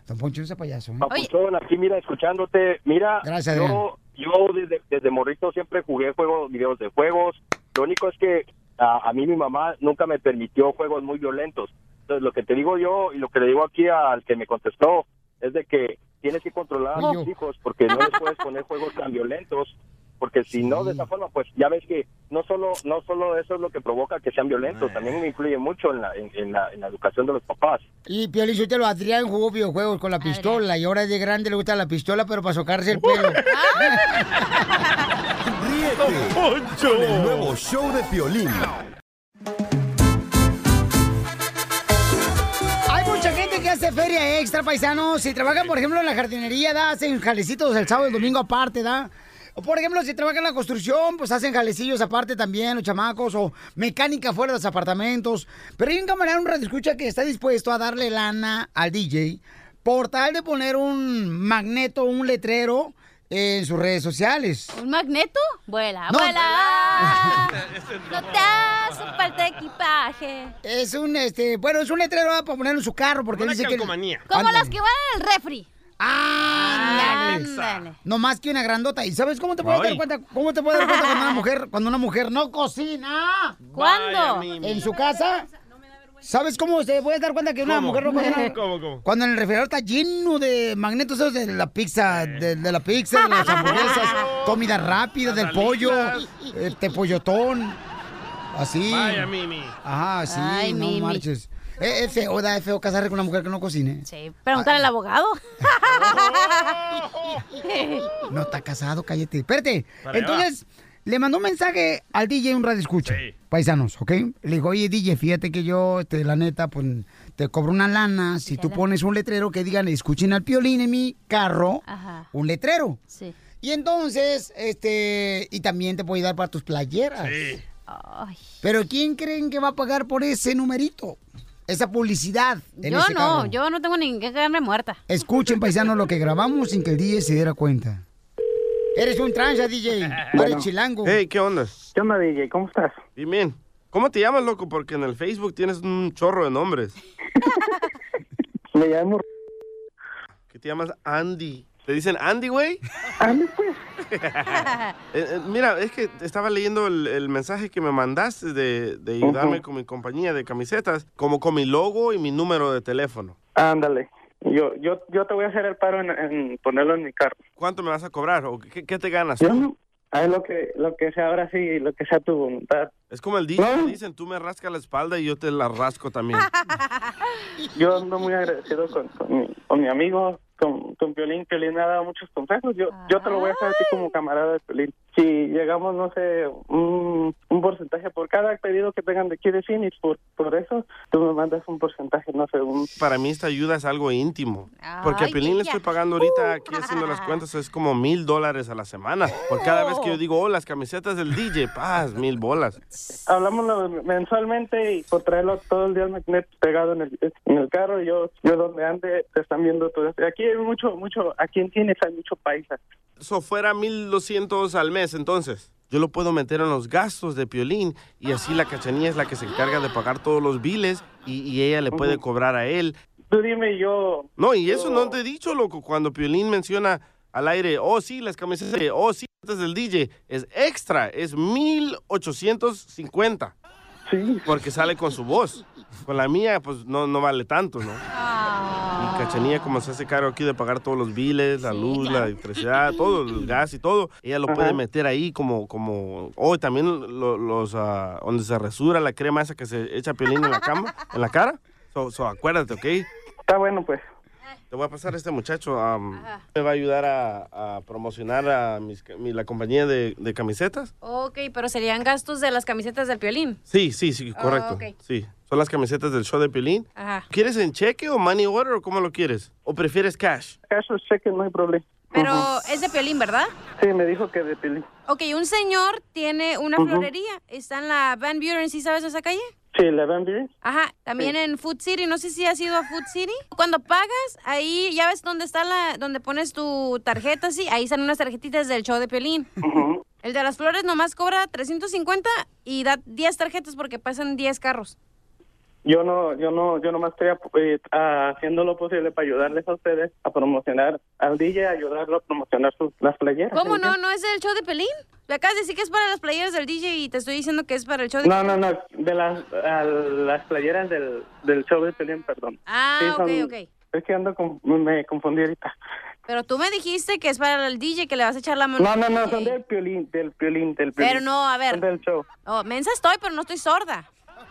Don Poncho es un payaso. ¿eh? Papuchón, aquí mira, escuchándote, mira, Gracias, yo, yo desde, desde morrito siempre jugué juegos, videos de juegos, lo único es que a, a mí mi mamá nunca me permitió juegos muy violentos, entonces lo que te digo yo y lo que le digo aquí al que me contestó es de que tienes que controlar a Fui tus yo. hijos porque no les puedes poner juegos tan violentos porque si no de esa forma pues ya ves que no solo no solo eso es lo que provoca que sean violentos también influye mucho en la, en, en la, en la educación de los papás Y Piolín Sotelo, Adrián jugó videojuegos con la pistola y ahora de grande le gusta la pistola, pero para socarse el pelo. Con el nuevo show de Piolín. Hay mucha gente que hace feria extra, paisanos. Si trabajan, por ejemplo, en la jardinería, da, hacen jalecitos el sábado y el domingo aparte, da. O, por ejemplo, si trabajan en la construcción, pues hacen jalecillos aparte también, los chamacos, o mecánica fuera de los apartamentos. Pero hay un camarada, un radioescucha que está dispuesto a darle lana al DJ por tal de poner un magneto, un letrero en sus redes sociales. ¿Un magneto? Vuela, No. vuela. no te hace falta equipaje. Es un, este, bueno, es un letrero ah, para poner en su carro porque él dice que... calcomanía. Como Ándale. las que van en el refri. Ándale. Ándale. No más que una grandota. ¿Y sabes cómo te puedes dar Ay. cuenta? ¿Cómo te puedes dar cuenta cuando una mujer, cuando una mujer no cocina? ¿Cuándo? mimi. ¿En su casa? ¿Sabes cómo te puedes dar cuenta que una ¿Cómo? mujer no cocina? *laughs* ¿Cómo, cómo? Cuando en el refrigerador está lleno de magnetos esos de la pizza, de, de la pizza, de las *laughs* hamburguesas, comida rápida, del pollo, este pollotón. Así. Vaya, Mimi. Ajá, sí, Ay, no Mimi. marches. Eh, Es feo, da, es feo casarse con una mujer que no cocine. Sí. Pregúntale Ah. al abogado. No está casado, cállate. Espérate. Para allá Entonces, le mandó un mensaje al DJ, un radio escucha. Paisanos, ¿ok? Le dijo, oye, DJ, fíjate que yo, este, la neta, pues, te cobro una lana si tú pones un letrero que digan, escuchen al piolín en mi carro, Ajá. un letrero. Sí. Y entonces, este, y también te puede dar para tus playeras. Sí. Ay. Pero ¿quién creen que va a pagar por ese numerito? Esa publicidad. en Yo ese no, carro? yo no tengo ni que quedarme muerta. Escuchen, paisanos, lo que grabamos sin que el DJ se diera cuenta. Eres un tranza, DJ. *laughs* No eres chilango. Hey, ¿qué onda? ¿Qué onda, DJ? ¿Cómo estás? Bien. ¿Cómo te llamas, loco? Porque en el Facebook tienes un chorro de nombres. *laughs* Me llamo. Que te llamas Andy. ¿Te dicen Andy, güey? Andy, *laughs* pues. mira, es que estaba leyendo el, el mensaje que me mandaste de, de ayudarme Ujú. con mi compañía de camisetas, como con mi logo y mi número de teléfono. Ándale. Yo, yo, yo te voy a hacer el paro en, en ponerlo en mi carro. ¿Cuánto me vas a cobrar o qué, qué te ganas? Yo no. Haz lo que, lo que sea ahora sí, lo que sea tu voluntad. Es como el DJ, No. dicen, tú me rascas la espalda y yo te la rasco *laughs* también. Yo ando muy agradecido con, con, mi, con mi amigo, con, con Piolín. Piolín me ha dado muchos consejos. Yo, yo te lo voy a hacer a ti como camarada de Piolín. Si llegamos, no sé, un, un porcentaje por cada pedido que tengan de aquí de Phoenix, por, por eso, tú me mandas un porcentaje, no sé, un... Para mí esta ayuda es algo íntimo. Porque a Ay, Pelín le ella. Uh. estoy pagando ahorita, aquí haciendo las cuentas, es como mil dólares a la semana. Por cada vez que yo digo, oh, las camisetas del DJ, paz, mil bolas. Hablamos mensualmente y por traerlo todo el día al magnet pegado en el, en el carro. Yo, yo donde ande, te están viendo todo esto. Aquí hay mucho, mucho, aquí en Phoenix hay mucho paisa. Eso fuera mil doscientos al mes, entonces. Yo lo puedo meter en los gastos de Piolín y así la cachanilla es la que se encarga de pagar todos los biles y, y ella le puede Ujú. cobrar a él. Tú dime yo. No, y eso yo- no te he dicho, loco. Cuando Piolín menciona al aire, oh sí, las camisetas, oh sí, antes del DJ, es extra, es 1850. Sí. Porque sale con su voz. Con la mía, pues no, no vale tanto, ¿no? Y Cachanilla, como se hace cargo aquí de pagar todos los biles, la luz, la electricidad, todo, el gas y todo, ella lo Ajá. puede meter ahí como, como, oh, y también lo- los, ah, donde se resura la crema esa que se echa Piolín en la cama, en la cara. So, so, acuérdate, ¿ok? Está bueno, pues. Te voy a pasar a este muchacho. am, me va a ayudar a, a promocionar a mis ca- mi- la compañía de, de camisetas. Ok, pero serían gastos de las camisetas del piolín. Sí, sí, sí, Ah, Oh, correcto. ok. Sí, son las camisetas del show de Pilín. Ajá. ¿Quieres en cheque o money order o cómo lo quieres? ¿O prefieres cash? Cash o cheque, no hay problema. Pero eh, es de piolín, ¿verdad? Sí, me dijo que de Piolín. Ok, un señor tiene una Ujú. florería. Está en la Van Buren, ¿sí sabes esa calle? Sí, ¿le van bien? Ajá, también en Food City. No sé si has ido a Food City. Cuando pagas, ahí ya ves dónde está la, donde pones tu tarjeta, sí. Ahí están unas tarjetitas del show de Piolín. El de las flores nomás cobra 350 y da 10 tarjetas porque pasan 10 carros. Yo no, yo no, yo nomás estoy eh, ah, haciendo lo posible para ayudarles a ustedes a promocionar al DJ, ayudarlo a promocionar sus, las playeras. ¿Cómo no? ¿No es del show de Pelín? Me acabas de decir que es para las playeras del DJ y te estoy diciendo que es para el show de No, Pelín. no, no, de las, a las playeras del, del show de Pelín, perdón. Ah, Sí, ok, son- ok. Es que ando con, me confundí ahorita. Pero tú me dijiste que es para el DJ que le vas a echar la mano. No, no, al no, DJ. son del piolín, del piolín, del piolín. Pero no, a ver. Son del show. Oh, mensa estoy, pero no estoy sorda.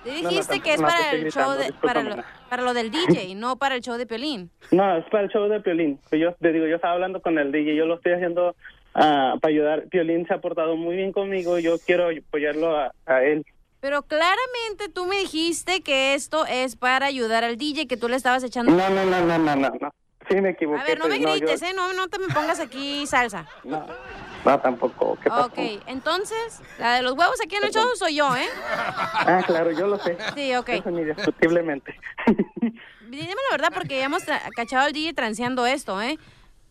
Te no, dijiste tampoco, que es no, te para estoy el show, gritando, de- para, lo, discúlpame. para lo del *laughs* DJ, no para el show de Piolín. No, es para el show de Piolín. Pues Yo te digo, yo estaba hablando con el DJ, yo lo estoy haciendo ah, para ayudar. Piolín se ha portado muy bien conmigo, yo quiero apoyarlo a, a él. Pero claramente tú me dijiste que esto es para ayudar al DJ que tú le estabas echando. No, no, no, no, no, no. no. Sí me equivoqué. A ver, no me Piolín, yo- grites, ¿eh? No, no te me pongas aquí salsa. No, no, tampoco. *laughs* ¿Qué pasó? Ok, entonces, la de los huevos aquí en el show soy yo, ¿eh? Ah, claro, yo lo sé. Sí, ok. Eso ni discutiblemente. Dime la verdad porque ya hemos tra- cachado al DJ transeando esto, ¿eh?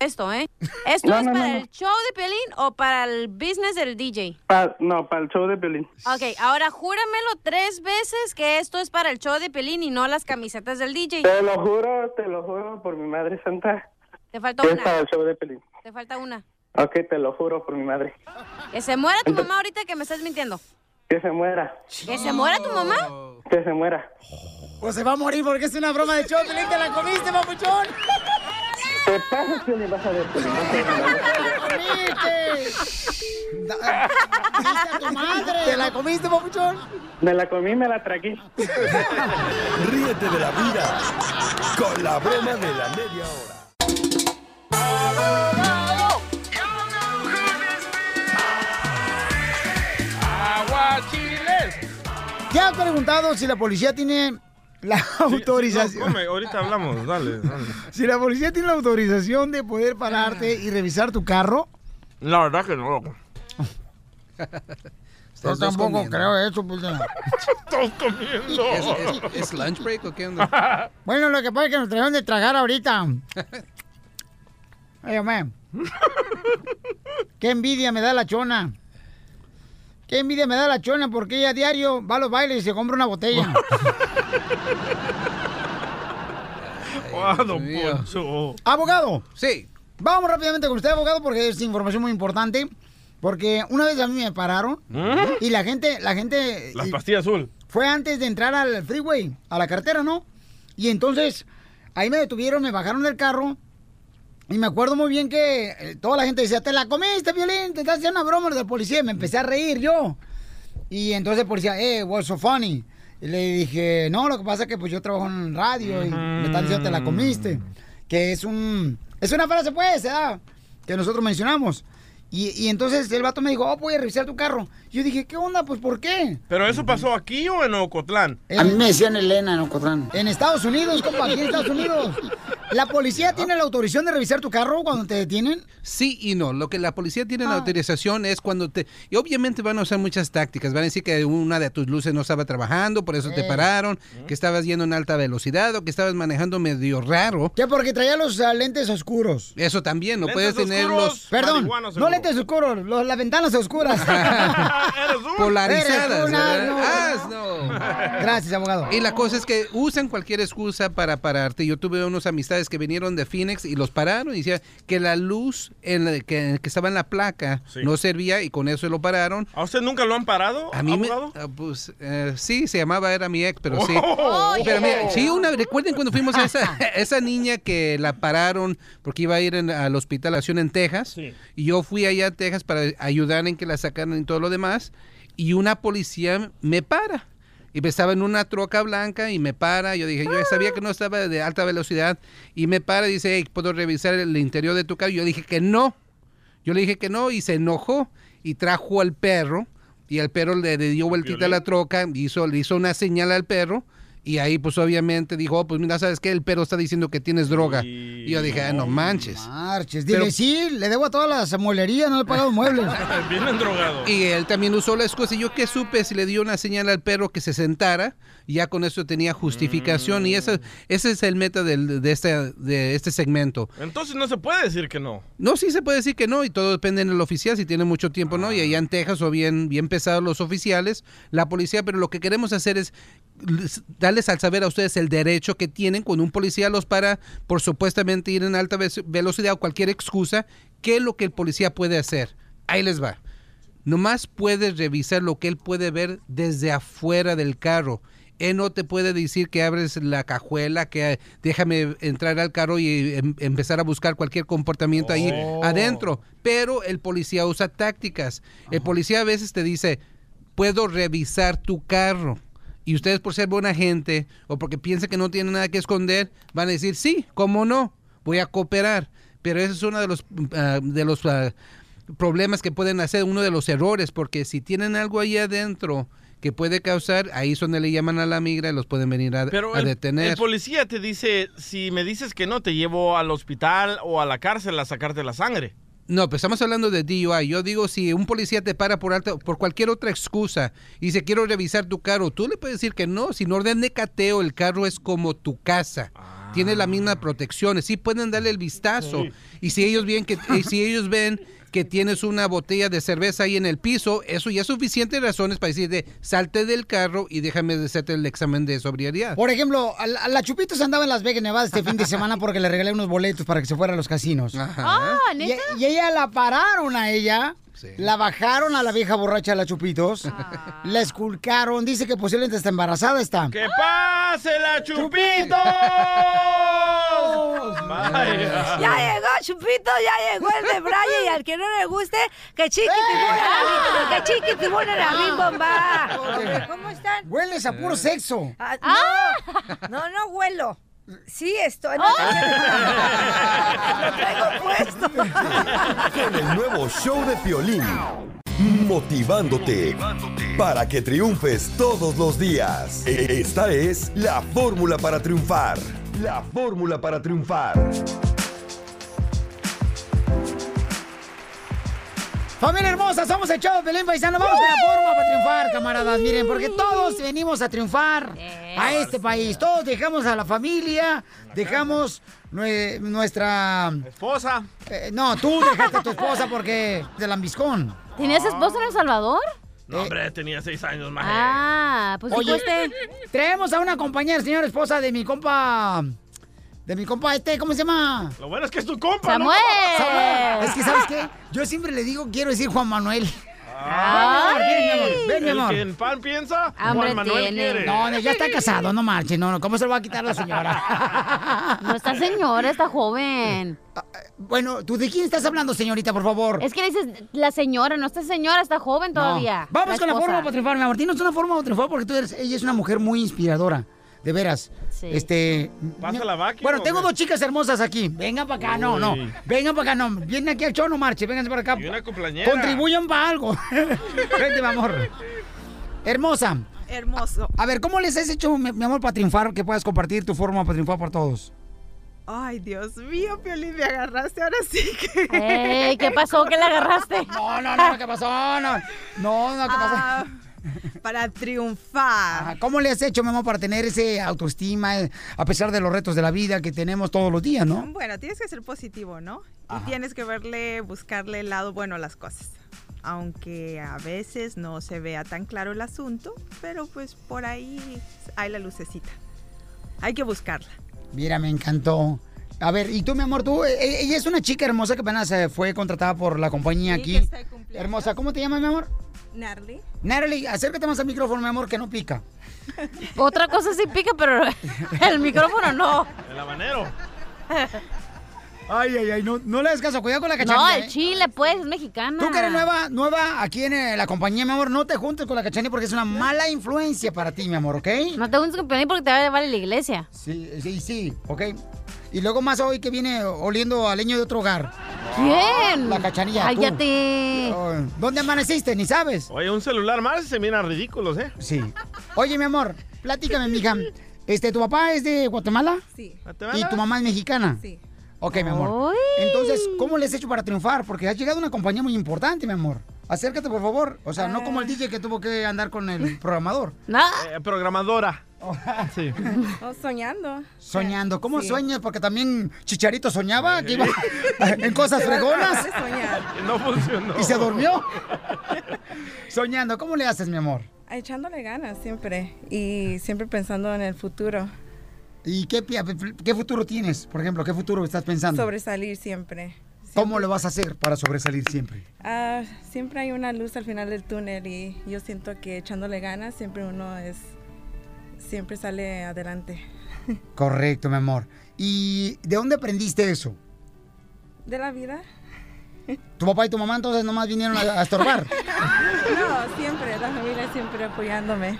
Esto, ¿eh? ¿Esto No, es no, no, para no. el show de Piolín o para el business del DJ? Pa- no, para el show de Piolín. Ok, ahora júramelo tres veces que esto es para el show de Piolín y no las camisetas del DJ. Te lo juro, te lo juro por mi madre santa. Te falta Es para una, el show de Piolín. te falta una. Ok, te lo juro por mi madre. Que se muera tu mamá ahorita que me estás mintiendo. Que se muera, Que se muera tu mamá. que se muera. O Pues se va a morir porque es una broma de show, Piolín, te la comiste, papuchón. Te pasas, Piolín, vas a ver, Piolín. vas a ver. ¡Comiste! madre! ¿Te la comiste, papuchón? Me la comí, me la tragué. Ríete de la vida con la broma de la media hora. ¡Aguachiles! ¿Te has preguntado si la policía tiene la Sí, autorización? no, come, ahorita hablamos, dale, dale. Si la policía tiene la autorización de poder pararte y revisar tu carro. La verdad que no. Yo dos tampoco comiendo. creo eso, puta. Estás comiendo. ¿Es, es, es lunch break o qué *laughs* onda? Bueno, lo que pasa es que nos trajeron de tragar ahorita. Ay, hombre. Qué envidia me da la chona. Qué envidia me da la chona porque ella a diario va a los bailes y se compra una botella. Ah, don Poncho. Abogado. Sí. Vamos rápidamente con usted, abogado, porque es información muy importante. Porque una vez a mí me pararon ¿Mm? y la gente, la gente Las y- pastillas azul. fue antes de entrar al freeway, a la carretera, ¿no? Y entonces ahí me detuvieron, me bajaron del carro y me acuerdo muy bien que eh, toda la gente decía, te la comiste, violín, te estás haciendo una broma del policía. Y me empecé a reír yo. Y entonces el policía, eh, what's so funny? Y le dije, no, lo que pasa es que pues yo trabajo en radio y me están diciendo te la comiste. Que es un, es una frase pues, ¿verdad? Que nosotros mencionamos. Y, y entonces el vato me dijo, oh, voy a revisar tu carro. Yo dije, ¿qué onda? Pues, ¿por qué? ¿Pero eso pasó aquí o en Ocotlán? A mí me decían Elena en Ocotlán. En Estados Unidos, compa, aquí en Estados Unidos. ¿La policía tiene la autorización de revisar tu carro cuando te detienen? Ah. Sí y no. Lo que la policía tiene la autorización es cuando te... Y obviamente van a usar muchas tácticas. Van a decir que una de tus luces no estaba trabajando, por eso te Eh. pararon, que estabas yendo en alta velocidad o que estabas manejando medio raro. Que porque traía los ah, lentes oscuros. Eso también, no Lentes puedes tener oscuros, los... Perdón, no lentes oscuros, los- las ventanas oscuras. *laughs* polarizadas. Eres un ¿verdad? Ah, asno. Gracias, abogado. Y la cosa es que usan cualquier excusa para pararte. Yo tuve unos amistades que vinieron de Phoenix y los pararon y decían que la luz en la que, que estaba en la placa no servía y con eso lo pararon. ¿A usted nunca lo han parado? A mí me, abogado? ah, pues, eh, sí, se llamaba, era mi ex, pero sí. Oh, pero mira, yeah. sí, una, recuerden cuando fuimos a esa, esa niña que la pararon porque iba a ir en- al hospital acción en Texas. Y yo fui allá a Texas para ayudar en que la sacaran y todo lo demás. Y una policía me para. Y pues estaba en una troca blanca y me para. Yo dije, yo ya sabía que no estaba de alta velocidad. Y me para y dice, hey, ¿puedo revisar el interior de tu carro? Yo dije que no. Yo le dije que no y se enojó y trajo al perro y el perro le, le dio vueltita a la troca, hizo, le hizo una señal al perro y ahí pues obviamente dijo, "Oh, pues mira, ¿sabes qué? El perro está diciendo que tienes droga. Y yo dije, ah, no manches. Marches, Pues dile, Pero- sí, le debo a todas las molerías, no le he *laughs* pagado muebles. *laughs* Vienen drogados. Y él también usó la excusa. Y yo qué supe si le dio una señal al perro que se sentara, ya con eso tenía justificación. Y esa- Mm. ese es el meta del- de, este, de este segmento. Entonces no se puede decir que no. No, sí se puede decir que no, y todo depende del oficial, si tiene mucho tiempo o no, y allá en Texas o bien, bien pesados los oficiales, la policía, pero lo que queremos hacer es les- darles al saber a ustedes el derecho que tienen cuando un policía los para por supuestamente ir en alta ve- velocidad o cualquier excusa, qué es lo que el policía puede hacer. Ahí les va. Nomás puedes revisar lo que él puede ver desde afuera del carro. él no te puede decir que abres la cajuela, que eh, déjame entrar al carro y em- empezar a buscar cualquier comportamiento ahí Oh. adentro. Pero el policía usa tácticas. El policía a veces te dice, puedo revisar tu carro. Y ustedes por ser buena gente o porque piensan que no tienen nada que esconder, van a decir, sí, ¿cómo no? Voy a cooperar. Pero ese es uno de los, ah, de los ah, problemas que pueden hacer, uno de los errores, porque si tienen algo ahí adentro que puede causar, ahí es donde le llaman a la migra y los pueden venir a, Pero a el, detener. el policía te dice, si me dices que no, te llevo al hospital o a la cárcel a sacarte la sangre. No, pues estamos hablando de DUI. Yo digo, si un policía te para por alta, por cualquier otra excusa y dice, quiero revisar tu carro, tú le puedes decir que no. Sin orden de cateo, el carro es como tu casa. Tiene las mismas protecciones. Sí pueden darle el vistazo. Sí. Y si ellos ven que, y si ellos ven que tienes una botella de cerveza ahí en el piso, eso ya es suficiente razones para decirte, salte del carro y déjame hacerte el examen de sobriedad. Por ejemplo, a la, a la Chupitos andaba en Las Vegas, Nevada este fin de semana porque le regalé unos boletos para que se fuera a los casinos. Ah, Y, y ella la pararon a ella. La bajaron a la vieja borracha de la Chupitos. La esculcaron. Dice que posiblemente está embarazada. Está. ¡Que pase *laughs* la Chupitos! Vaya. Ya llegó, Chupito, ya llegó el de Brian y al que no le guste, que chiquitibuna la, que chiquitibuna Ah. la bimbomba. ¿Cómo están? Hueles a Eh. puro sexo. Ah, no, no, no huelo. Sí, estoy. No, Oh. Con el nuevo show de Piolín. Motivándote para que triunfes todos los días. E- Esta es la fórmula para triunfar. La fórmula para triunfar. Familia hermosa, somos el show de Pelín Paisano. Vamos con la forma para triunfar, camaradas. Miren, porque todos venimos a triunfar a este país. Todos dejamos a la familia, dejamos nue- nuestra... Eh, Esposa. no, tú dejaste a tu esposa porque... Del ambiscón. ¿Tenías esposa en El Salvador? No, Eh. hombre, tenía seis años más. eh. Ah, pues Oye, este. traemos a una compañera, señora esposa de mi compa... De mi compa este, ¿cómo se llama? Lo bueno es que es tu compa, ¿no? Samuel. Es que, ¿sabes qué? Yo siempre le digo, quiero decir Juan Manuel. Ven, mi amor, ven, mi El amor. que en pan piensa, Hambre Juan Manuel tiene. quiere. No, no, ya está casado, no marche, no, no, ¿cómo se lo va a quitar la señora? Ah, eh, No está señora, está joven. Bueno, ¿tú de quién estás hablando, señorita, por favor? Es que le dices la señora, no está señora, está joven No. todavía. Vamos con la esposa. forma para triunfar, mi amor. Dinos una forma para triunfar porque tú eres, ella es una mujer muy inspiradora. De veras. Sí. Este. ¿Pasa la vaca Bueno, o tengo qué? dos chicas hermosas aquí. Vengan para acá, no, no. Uy. Vengan para acá, no. Vienen aquí al show, no marche. Vénganse para acá. Y una cumpleañera. Contribuyan para algo. *laughs* Vente, mi amor. Hermosa. Hermoso. A ver, ¿cómo les has hecho, mi mi amor, para triunfar? Que puedas compartir tu forma para triunfar para todos. Ay, Dios mío, Piolín, me agarraste ahora sí que... Ey, ¿qué pasó? ¿Qué la agarraste? *laughs* No, no, no, ¿qué *laughs* pasó? No, no, no ¿qué pasó? Ah, para triunfar. Ajá, ¿Cómo le has hecho, mi amor, para tener ese autoestima eh, a pesar de los retos de la vida que tenemos todos los días, no? Bueno, tienes que ser positivo, ¿no? Ajá. Y tienes que verle, buscarle el lado bueno a las cosas. Aunque a veces no se vea tan claro el asunto, pero pues por ahí hay la lucecita. Hay que buscarla. Mira, me encantó. A ver, y tú, mi amor, tú, eh, eh, ella es una chica hermosa que apenas eh, fue contratada por la compañía Sí, aquí. que está de cumpleaños. hermosa, ¿cómo te llamas, mi amor? Narly. Natalie, acércate más al micrófono, mi amor, que no pica. Otra cosa sí pica, pero el micrófono no. El habanero. Ay, ay, ay, no, no le hagas caso, cuidado con la No, cachanilla. el eh. chile, pues, es mexicana. Tú que eres nueva, nueva aquí en eh, la compañía, mi amor, no te juntes con la cachanilla porque es una mala influencia para ti, mi amor, ¿ok? No te juntes con Piolín porque te va a llevar a la iglesia. Sí, sí, sí, ok. Y luego más hoy que viene oliendo a leño de otro hogar. ¿Quién? La cachanilla. tú. Cállate. Ay, ¿Dónde amaneciste? Ni sabes. Oye, un celular más se miran ridículos, ¿eh? Sí. Oye, mi amor, platícame, mija. Este, ¿tu papá es de Guatemala? Sí. ¿Y tu mamá es mexicana? Sí. Ok, mi amor. Entonces, ¿cómo les has hecho para triunfar? Porque has llegado a una compañía muy importante, mi amor. Acércate, por favor. O sea, no como el Ah. DJ que tuvo que andar con *laughs* el programador. Eh, programadora. *laughs* Sí. *laughs* Oh, soñando. Soñando. ¿Cómo Sí. sueñas? Porque también Chicharito soñaba que iba *laughs* en cosas fregonas. No funcionó. ¿Y se *laughs* durmió? Soñando, ¿cómo le haces, mi amor? Echándole ganas siempre y siempre pensando en el futuro. ¿Y qué, pi- qué futuro tienes? Por ejemplo, ¿qué futuro estás pensando? Sobresalir siempre. ¿Cómo lo vas a hacer para sobresalir siempre? Ah, siempre hay una luz al final del túnel y yo siento que echándole ganas siempre uno es siempre sale adelante. Correcto, mi amor. ¿Y de dónde aprendiste eso? ¿De la vida? ¿Tu papá y tu mamá entonces nomás vinieron a, a estorbar? No, siempre, la familia siempre apoyándome.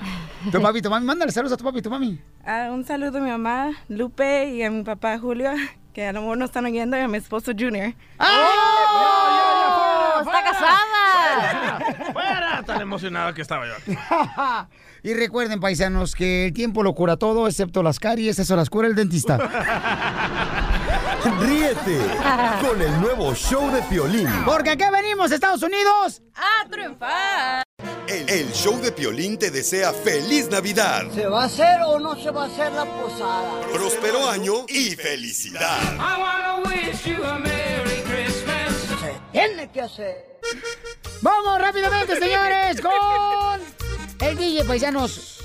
Tu papi *laughs* y tu mami, mándale saludos a tu papi y tu mami. Ah, un saludo a mi mamá, Lupe, y a mi papá, Julio, que a lo mejor no están oyendo, y a mi esposo, Junior. ¡Ah! ¡Oh! ¡Está casada! *laughs* ¡Fuera! Tan emocionado que estaba yo. y recuerden, paisanos, que el tiempo lo cura todo, excepto las caries, eso las cura el dentista. Ríete con el nuevo show de Piolín. Porque aquí venimos, Estados Unidos. ¡A triunfar! El, el show de Piolín te desea feliz Navidad, ¿Se va a hacer o no se va a hacer la posada? próspero año y felicidad. Tiene que hacer. Vamos rápidamente, *laughs* señores, con el DJ, paisanos.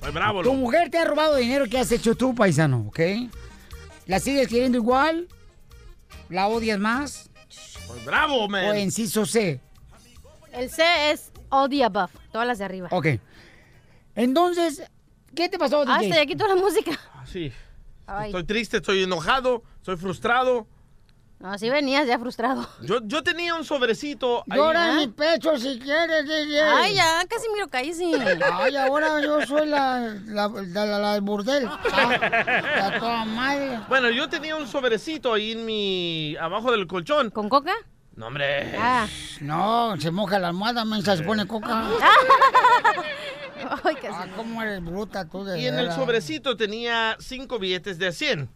Soy bravo, Tu loco. mujer te ha robado dinero que has hecho tú, paisano, ¿ok? ¿La sigues queriendo igual? ¿La odias más? Soy bravo, man. O inciso C. El C es all the above, todas las de arriba. Ok. Entonces, ¿qué te pasó, Ah, DJ? se le quitó la música. Sí. Ay. Estoy triste, estoy enojado, estoy frustrado. No, sí venías ya frustrado. Yo, yo tenía un sobrecito. ahí. Llora en mi pecho si quieres, DJ. Ay, ya, casi miro cállese. Ay, ahora yo soy la, la, la, la- la del burdel. Ah, a toda madre. ¿eh? *laughs* Bueno, yo tenía un sobrecito ahí en mi. abajo del colchón. ¿Con coca? No, hombre. Ah. No, se moja la almohada, mensa, se pone coca. Ah. Ay, ah, cómo eres bruta tú de Y en el veras. sobrecito tenía cinco billetes de 100.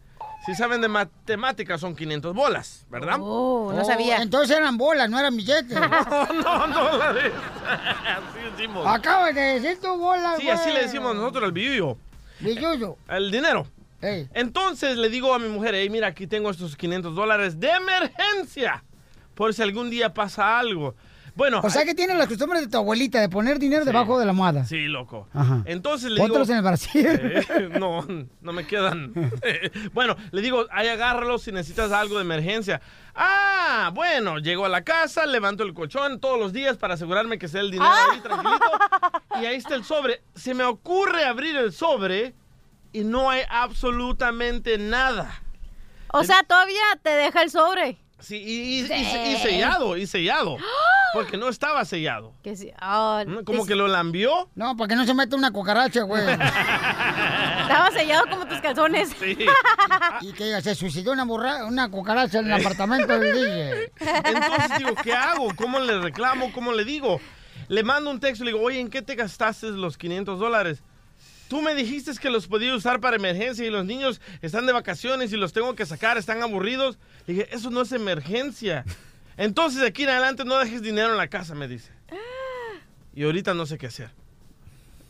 Si saben de matemáticas, son 500 bolas, ¿verdad? Oh, Entonces eran bolas, no eran billetes. *laughs* No, Uh, *laughs* no, no la de- *laughs* Así decimos. Acabas de decir tu bola, Sí, así le decimos nosotros al billuyo. Billuyo. El dinero. Ey. Entonces le digo a mi mujer, hey, mira, aquí tengo estos 500 dólares de emergencia. Por si algún día pasa algo. Bueno. O sea que tienes las costumbres de tu abuelita de poner dinero debajo de la almohada. Sí, loco. Ajá. Entonces le Póntelos en digo... el Brasil. *laughs* Eh, no, no me quedan. *laughs* bueno, le digo, ahí agárralo si necesitas algo de emergencia. Ah, bueno, llego a la casa, levanto el colchón todos los días para asegurarme que sea el dinero Ah. ahí tranquilito. Y ahí está el sobre. Se me ocurre abrir el sobre y no hay absolutamente nada. O sea, todavía te deja el sobre. Sí, y, y- Sí. y se- Eh. y sellado, y sellado. Porque no estaba sellado. Que sí. ah, Mm, Como que lo lambió. No, para que no se meta una cucaracha, güey. *laughs* Estaba sellado como tus calzones. *laughs* y que diga, se suicidó una, burra- una cucaracha en el apartamento del DJ. Entonces digo, ¿qué hago? ¿Cómo le reclamo? ¿Cómo le digo? Le mando un texto y le digo, oye, ¿en qué te gastaste los 500 dólares? Tú me dijiste que los podía usar para emergencia y los niños están de vacaciones y los tengo que sacar, están aburridos. Le dije, eso no es emergencia. Entonces de aquí en adelante no dejes dinero en la casa, me dice. Y ahorita no sé qué hacer.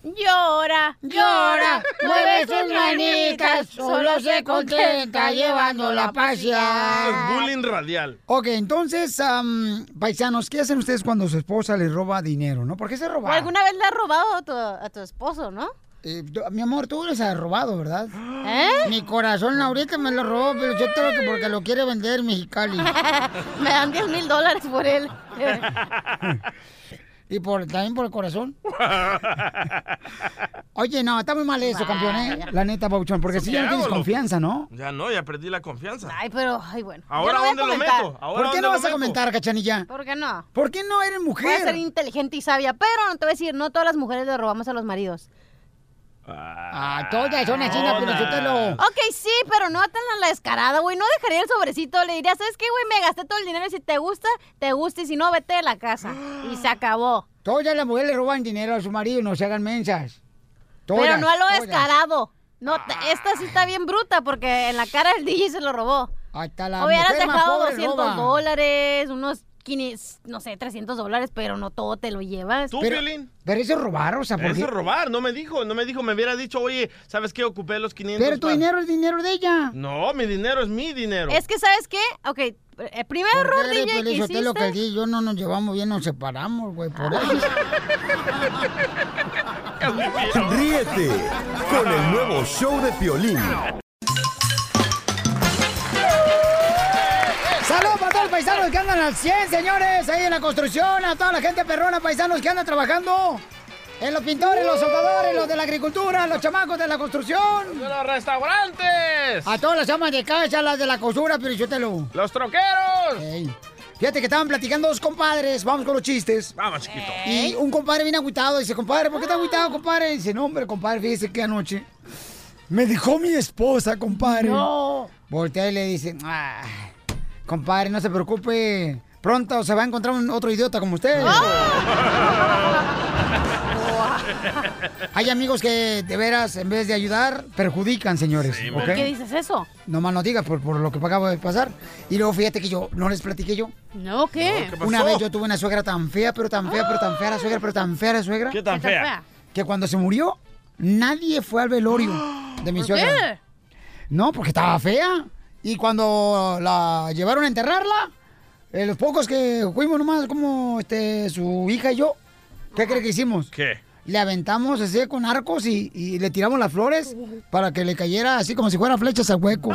Llora, llora, mueve sus manitas, solo se contenta llevándola a pasear. Bullying radial. Ok, entonces, am, paisanos, ¿qué hacen ustedes cuando su esposa les roba dinero, no? ¿Por qué se ¿O roba? alguna vez le has robado a tu, a tu esposo, no? Eh, tú- mi amor, tú les has robado, ¿verdad? *gasps* ¿Eh? Mi corazón ahorita me lo robó, pero yo creo que porque lo quiere vender Mexicali. *laughs* Me dan 10 mil dólares por él. *laughs* y por, también por el *laughs* corazón. Oye, no, está muy mal eso, campeón, ¿eh? La neta, Pauchón, porque si ya no tienes Diablo. confianza, ¿no? Ya no, ya perdí la confianza. Ay, pero, ay, bueno. Yo Ahora, no voy a ¿dónde lo comentar. meto? Ahora, ¿Por qué ¿dónde no lo vas a meto? comentar, cachanilla? ¿Por qué no? ¿Por qué no eres mujer? Puedes ser inteligente y sabia, pero no te voy a decir, no todas las mujeres le robamos a los maridos. Ah, todas son así, no, Pelichotelo. Ok, sí, pero no tan a la descarada, güey. No dejaría el sobrecito. Le diría, ¿sabes qué, güey? Me gasté todo el dinero y si te gusta, te gusta. Y si no, vete de la casa. Y se acabó. Todas las mujeres le roban dinero a su marido, no se hagan mensas. Todas, pero no a lo todas. descarado. No, te- Ah. esta sí está bien bruta porque en la cara del DJ se lo robó. Hasta la Hubieras mujer más dejado pobre 200 roba. dólares, unos 500, no sé, 300 dólares, pero no todo te lo llevas. ¿Tú, Pero, Piolín? pero eso es robar, o sea, porque... Eso es robar, no me dijo, no me dijo, me hubiera dicho, oye, ¿sabes qué? Ocupé los 500. Pero tu pa- dinero es dinero de ella. No, mi dinero es mi dinero. Es que, ¿sabes qué? Ok, el primer ¿Por error, qué eres DJ, que feliz? Usted lo que hiciste... Ah. el DJ y yo no nos llevamos bien, nos separamos, güey, por eso. Ríete con el nuevo show de Piolín. Saludos para todos los paisanos que andan al 100, señores, ahí en la construcción, a toda la gente perrona, paisanos que andan trabajando. En los pintores, los soldadores, los de la agricultura, los chamacos de la construcción. ¡De los restaurantes! A todas las llamas de casa, las de la costura, pero yo te lo. ¡Los troqueros! Fíjate que estaban platicando dos compadres, vamos con los chistes. Vamos, chiquito. Y un compadre viene agüitado, dice, compadre, ¿por qué está agüitado, compadre? dice, no, hombre, compadre, fíjese que anoche me dejó mi esposa, compadre. No. Voltea y le dice, "Ah, compadre, no se preocupe, pronto se va a encontrar un otro idiota como usted. Hay amigos que, de veras, en vez de ayudar, perjudican, señores. ¿ok? ¿Por qué dices eso? No más no digas por, por lo que acaba de pasar. Y luego fíjate que yo, no les platiqué yo. No, ¿qué? Una vez yo tuve una suegra tan fea, pero tan fea, pero tan fea la suegra, pero tan fea la suegra. ¿Qué tan ¿Qué tan fea? fea? Que cuando se murió, nadie fue al *gasps* velorio de mi ¿Por suegra. No, porque estaba fea. Y cuando la llevaron a enterrarla, eh, los pocos que fuimos nomás, como este, su hija y yo, ¿qué crees que hicimos? ¿Qué? Le aventamos así con arcos y, y le tiramos las flores para que le cayera así como si fuera flechas al hueco.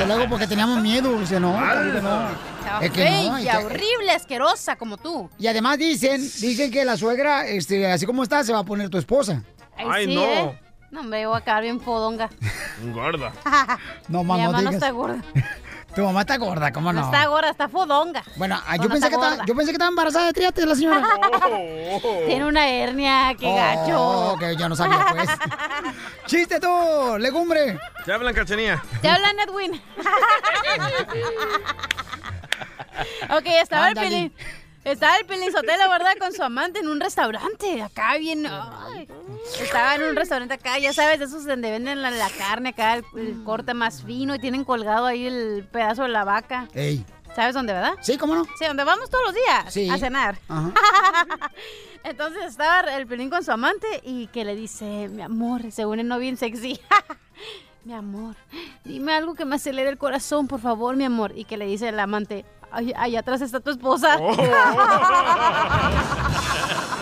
Y luego porque teníamos miedo, dice, no, claro que no. Estaba Es que no, es fea, que- horrible, asquerosa como tú. Y además dicen, dicen que la suegra, este, así como está, se va a poner tu esposa. Ay, sí, ¿eh? No, me voy a quedar bien fodonga. Gorda. *laughs* No, *laughs* Mi mamá, no mamá no digas. está gorda. Tu mamá está gorda, ¿cómo No, no? está gorda, está fodonga. Bueno, ah, No, yo, no pensé está que estaba, gorda. yo pensé que estaba embarazada de triate la señora. *laughs* Tiene una hernia, qué Oh, gacho. ok, yo no sabía, *laughs* pues. ¡Chiste tú, legumbre! Te hablan, cachanía. Te hablan, Edwin. *laughs* ok, estaba el Ándale. Pelín. Estaba el Pelín Sotelo, ¿verdad? Con su amante en un restaurante. Acá bien. ay. Estaba en un restaurante acá, ya sabes, de esos donde venden la, la carne acá, el, el corte más fino y tienen colgado ahí el pedazo de la vaca. Ey. ¿Sabes dónde, verdad? Sí, cómo no. Sí, donde vamos todos los días Sí. a cenar. *laughs* Ajá. Entonces estaba el pelín con su amante y que le dice, mi amor, se unen no bien sexy. *laughs* mi amor, dime algo que me acelere el corazón, por favor, mi amor. Y que le dice el amante, "Ay, allá atrás está tu esposa. Oh. *laughs* Oh.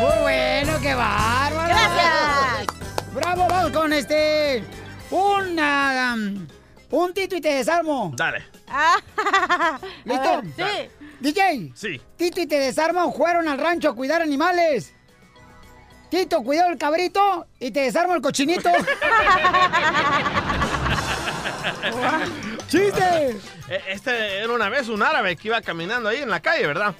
Muy bueno, qué bárbaro. Gracias. Bravo, vamos con este. Una. um, un tito y te desarmo. Dale. *laughs* ¿Listo? ver, DJ. Sí. Tito y te desarmo fueron al rancho a cuidar animales. Tito cuidó el cabrito y te desarmo el cochinito. *laughs* ¡Chiste! Eh, Este era una vez un árabe que iba caminando ahí en la calle, ¿verdad?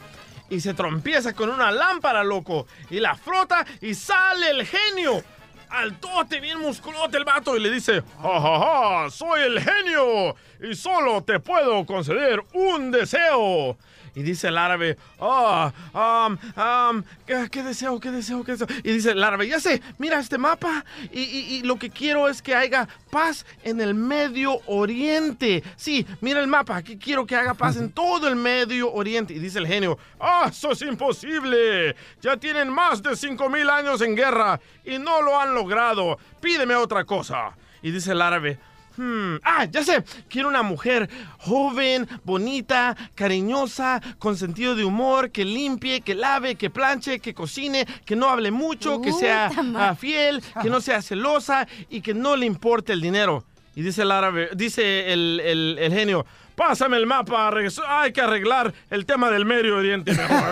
Y se trompieza con una lámpara, loco. Y la frota y sale el genio. Al tote bien musculote el vato y le dice, ja, ja, ja, soy el genio y solo te puedo conceder un deseo. Y dice el árabe, ah, am, am, ¿qué, qué deseo, qué deseo, qué deseo? Y dice el árabe, ya sé, mira este mapa y, y- y lo que quiero es que haya paz en el Medio Oriente. Sí, mira el mapa, aquí quiero que haga paz en todo el Medio Oriente. Y dice el genio, ah, eso es imposible. Ya tienen más de 5.000 años en guerra y no lo han logrado. Pídeme otra cosa. Y dice el árabe, Hmm, Ah, ya sé. Quiero una mujer joven, bonita, cariñosa, con sentido de humor, que limpie, que lave, que planche, que cocine, que no hable mucho, que Uy, sea tama- ah, fiel, que no sea celosa y que no le importe el dinero. Y dice el árabe, dice el, el- el genio, pásame el mapa, regreso- hay que arreglar el tema del Medio Oriente. mejor".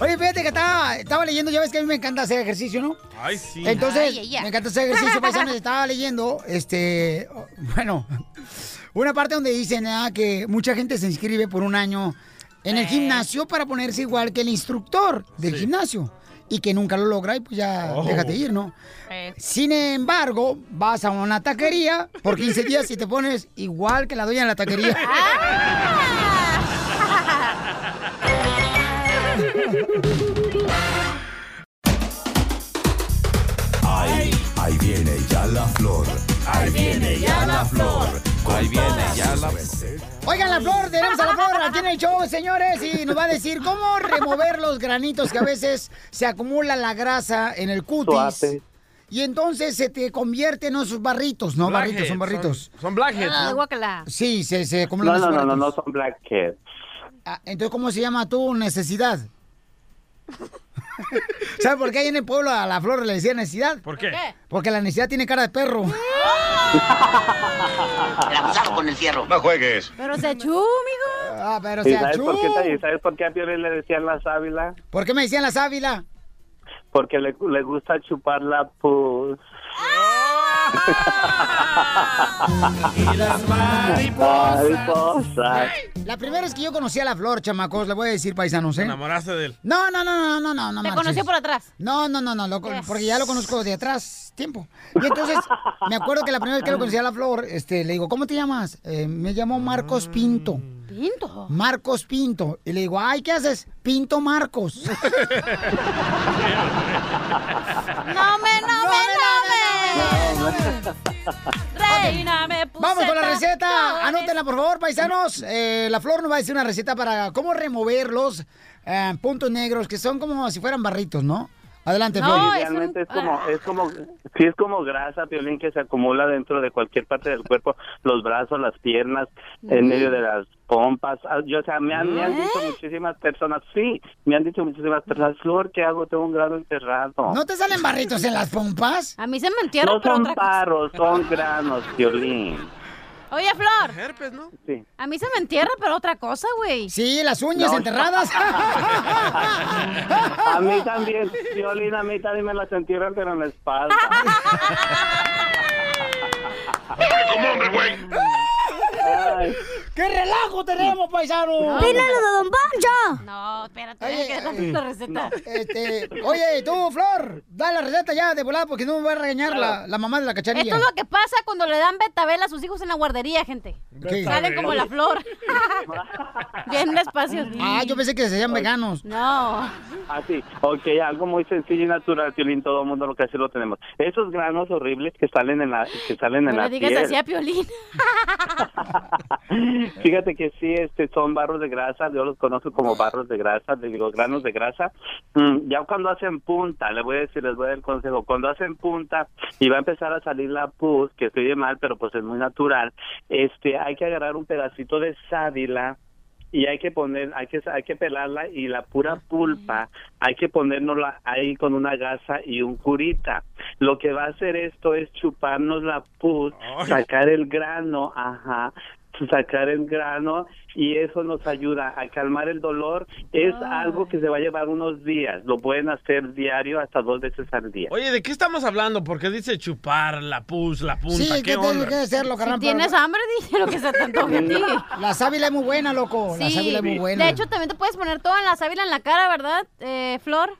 Oye, fíjate que estaba, estaba leyendo, ya ves que a mí me encanta hacer ejercicio, ¿no? Ay, sí. *laughs* Entonces, me encanta hacer ejercicio, paisanos. Estaba leyendo, este, o- bueno, *laughs* una parte donde dicen ah, que mucha gente se inscribe por un año en Eh. el gimnasio para ponerse igual que el instructor del gimnasio y que nunca lo logra y pues ya Oh. déjate ir, ¿no? Sin embargo, vas a una taquería por 15 días y te pones igual que la doña en la taquería. *laughs* Ahí, ahí viene ya la flor. Ahí viene ya la flor. Ahí viene ya la Oigan, la flor, tenemos a la flor aquí en el show, señores, y nos va a decir cómo remover los granitos que a veces se acumula la grasa en el cutis. Suave. Y entonces se te convierte en esos barritos, ¿no? barritos, son barritos. Son, blackheads. Ah, guácala. Sí, se, se No, acumulan no, esos no, no, barritos. no son blackheads. Ah, Entonces, ¿cómo se llama tu *laughs* necesidad? ¿Sabes por qué ahí en el pueblo a la flor le decía necesidad? ¿Por qué? Porque la necesidad tiene cara de perro. El abusado con el fierro. No juegues. Pero se echó, mijo. Ah, pero ¿Y se sabes, por achú. qué, y sabes por qué a Piolín le decían la sábila? ¿Por qué me decían la sábila? Porque le, le gusta chupar la pus. Y las mariposas. La primera es que yo conocí a la flor, chamacos, le voy a decir paisanos, ¿eh? enamoraste de él. No, no, no, no, no, no, no. Te conocí Eh. por atrás. No, no, no, no, lo con- Yes. porque ya lo conozco de atrás, tiempo. Y entonces, me acuerdo que la primera vez que lo conocí a la flor, este, le digo, ¿cómo te llamas? Eh, me llamo Marcos Pinto. ¿Pinto? Marcos Pinto. Y le digo, ay, ¿qué haces? Pinto Marcos. No me, no, me, no Reina, me puse Vamos con la tan receta. joven. Anótenla, por favor, paisanos. Eh, la flor nos va a decir una receta para cómo remover los eh, puntos negros, que son como si fueran barritos, ¿no? Adelante, Flor. Sí, realmente es, como, es como, sí es como grasa, Piolín, que se acumula dentro de cualquier parte del cuerpo, los brazos, las piernas, en Mm. medio de las pompas. Ah, Yo, o sea, me han, me han ¿Eh? dicho muchísimas personas, sí, me han dicho muchísimas personas, Flor, ¿qué hago? Tengo un grano enterrado. ¿No te salen barritos en las pompas? A mí se me entierran No por son otra cosa. paros, son granos, Piolín. Oye, Flor. Sí. A mí se me entierra pero otra cosa, güey. Sí, las uñas No. *laughs* enterradas. A mí también, Piolín, a mí también me las entierran, pero en la espalda. ¡Qué relajo tenemos, paisano! ¡Pílalo de Don Pancho! No, espérate, Oye, que dar la receta. Este, oye, tú, Flor, da la receta ya de volada porque no me va a regañar la, la mamá de la cacharilla. Esto es lo que pasa cuando le dan betabel a sus hijos en la guardería, gente. Betabel. Salen como la flor. *laughs* Bien despacio. Ah, yo pensé que se llaman veganos. No. Así, ok, algo muy sencillo y natural, Piolín, todo el mundo lo que hace lo tenemos. Esos granos horribles que salen en la que salen en No la le digas piel. así a Piolín. *laughs* Fíjate que sí, este, son barros de grasa, yo los conozco como barros de grasa, de los granos de grasa. Mm, Ya cuando hacen punta, les voy a decir, les voy a dar el consejo, cuando hacen punta y va a empezar a salir la pus, que estoy de mal, pero pues es muy natural, este, hay que agarrar un pedacito de sábila y hay que poner, hay que, hay que pelarla y la pura pulpa hay que ponernosla ahí con una gasa y un curita. Lo que va a hacer esto es chuparnos la pus, sacar el grano, ajá, sacar el grano y eso nos ayuda a calmar el dolor. Es algo que se va a llevar unos días, lo pueden hacer diario hasta dos veces al día. Oye, ¿de qué estamos hablando? Porque dice chupar, la pus, la punta. ¿qué, onda? Si tienes hambre, dije lo que se te antoje a ti. La sábila es muy buena, loco. La Sí. sábila es muy buena. De hecho, también te puedes poner toda la sábila en la cara, ¿verdad, eh, Flor?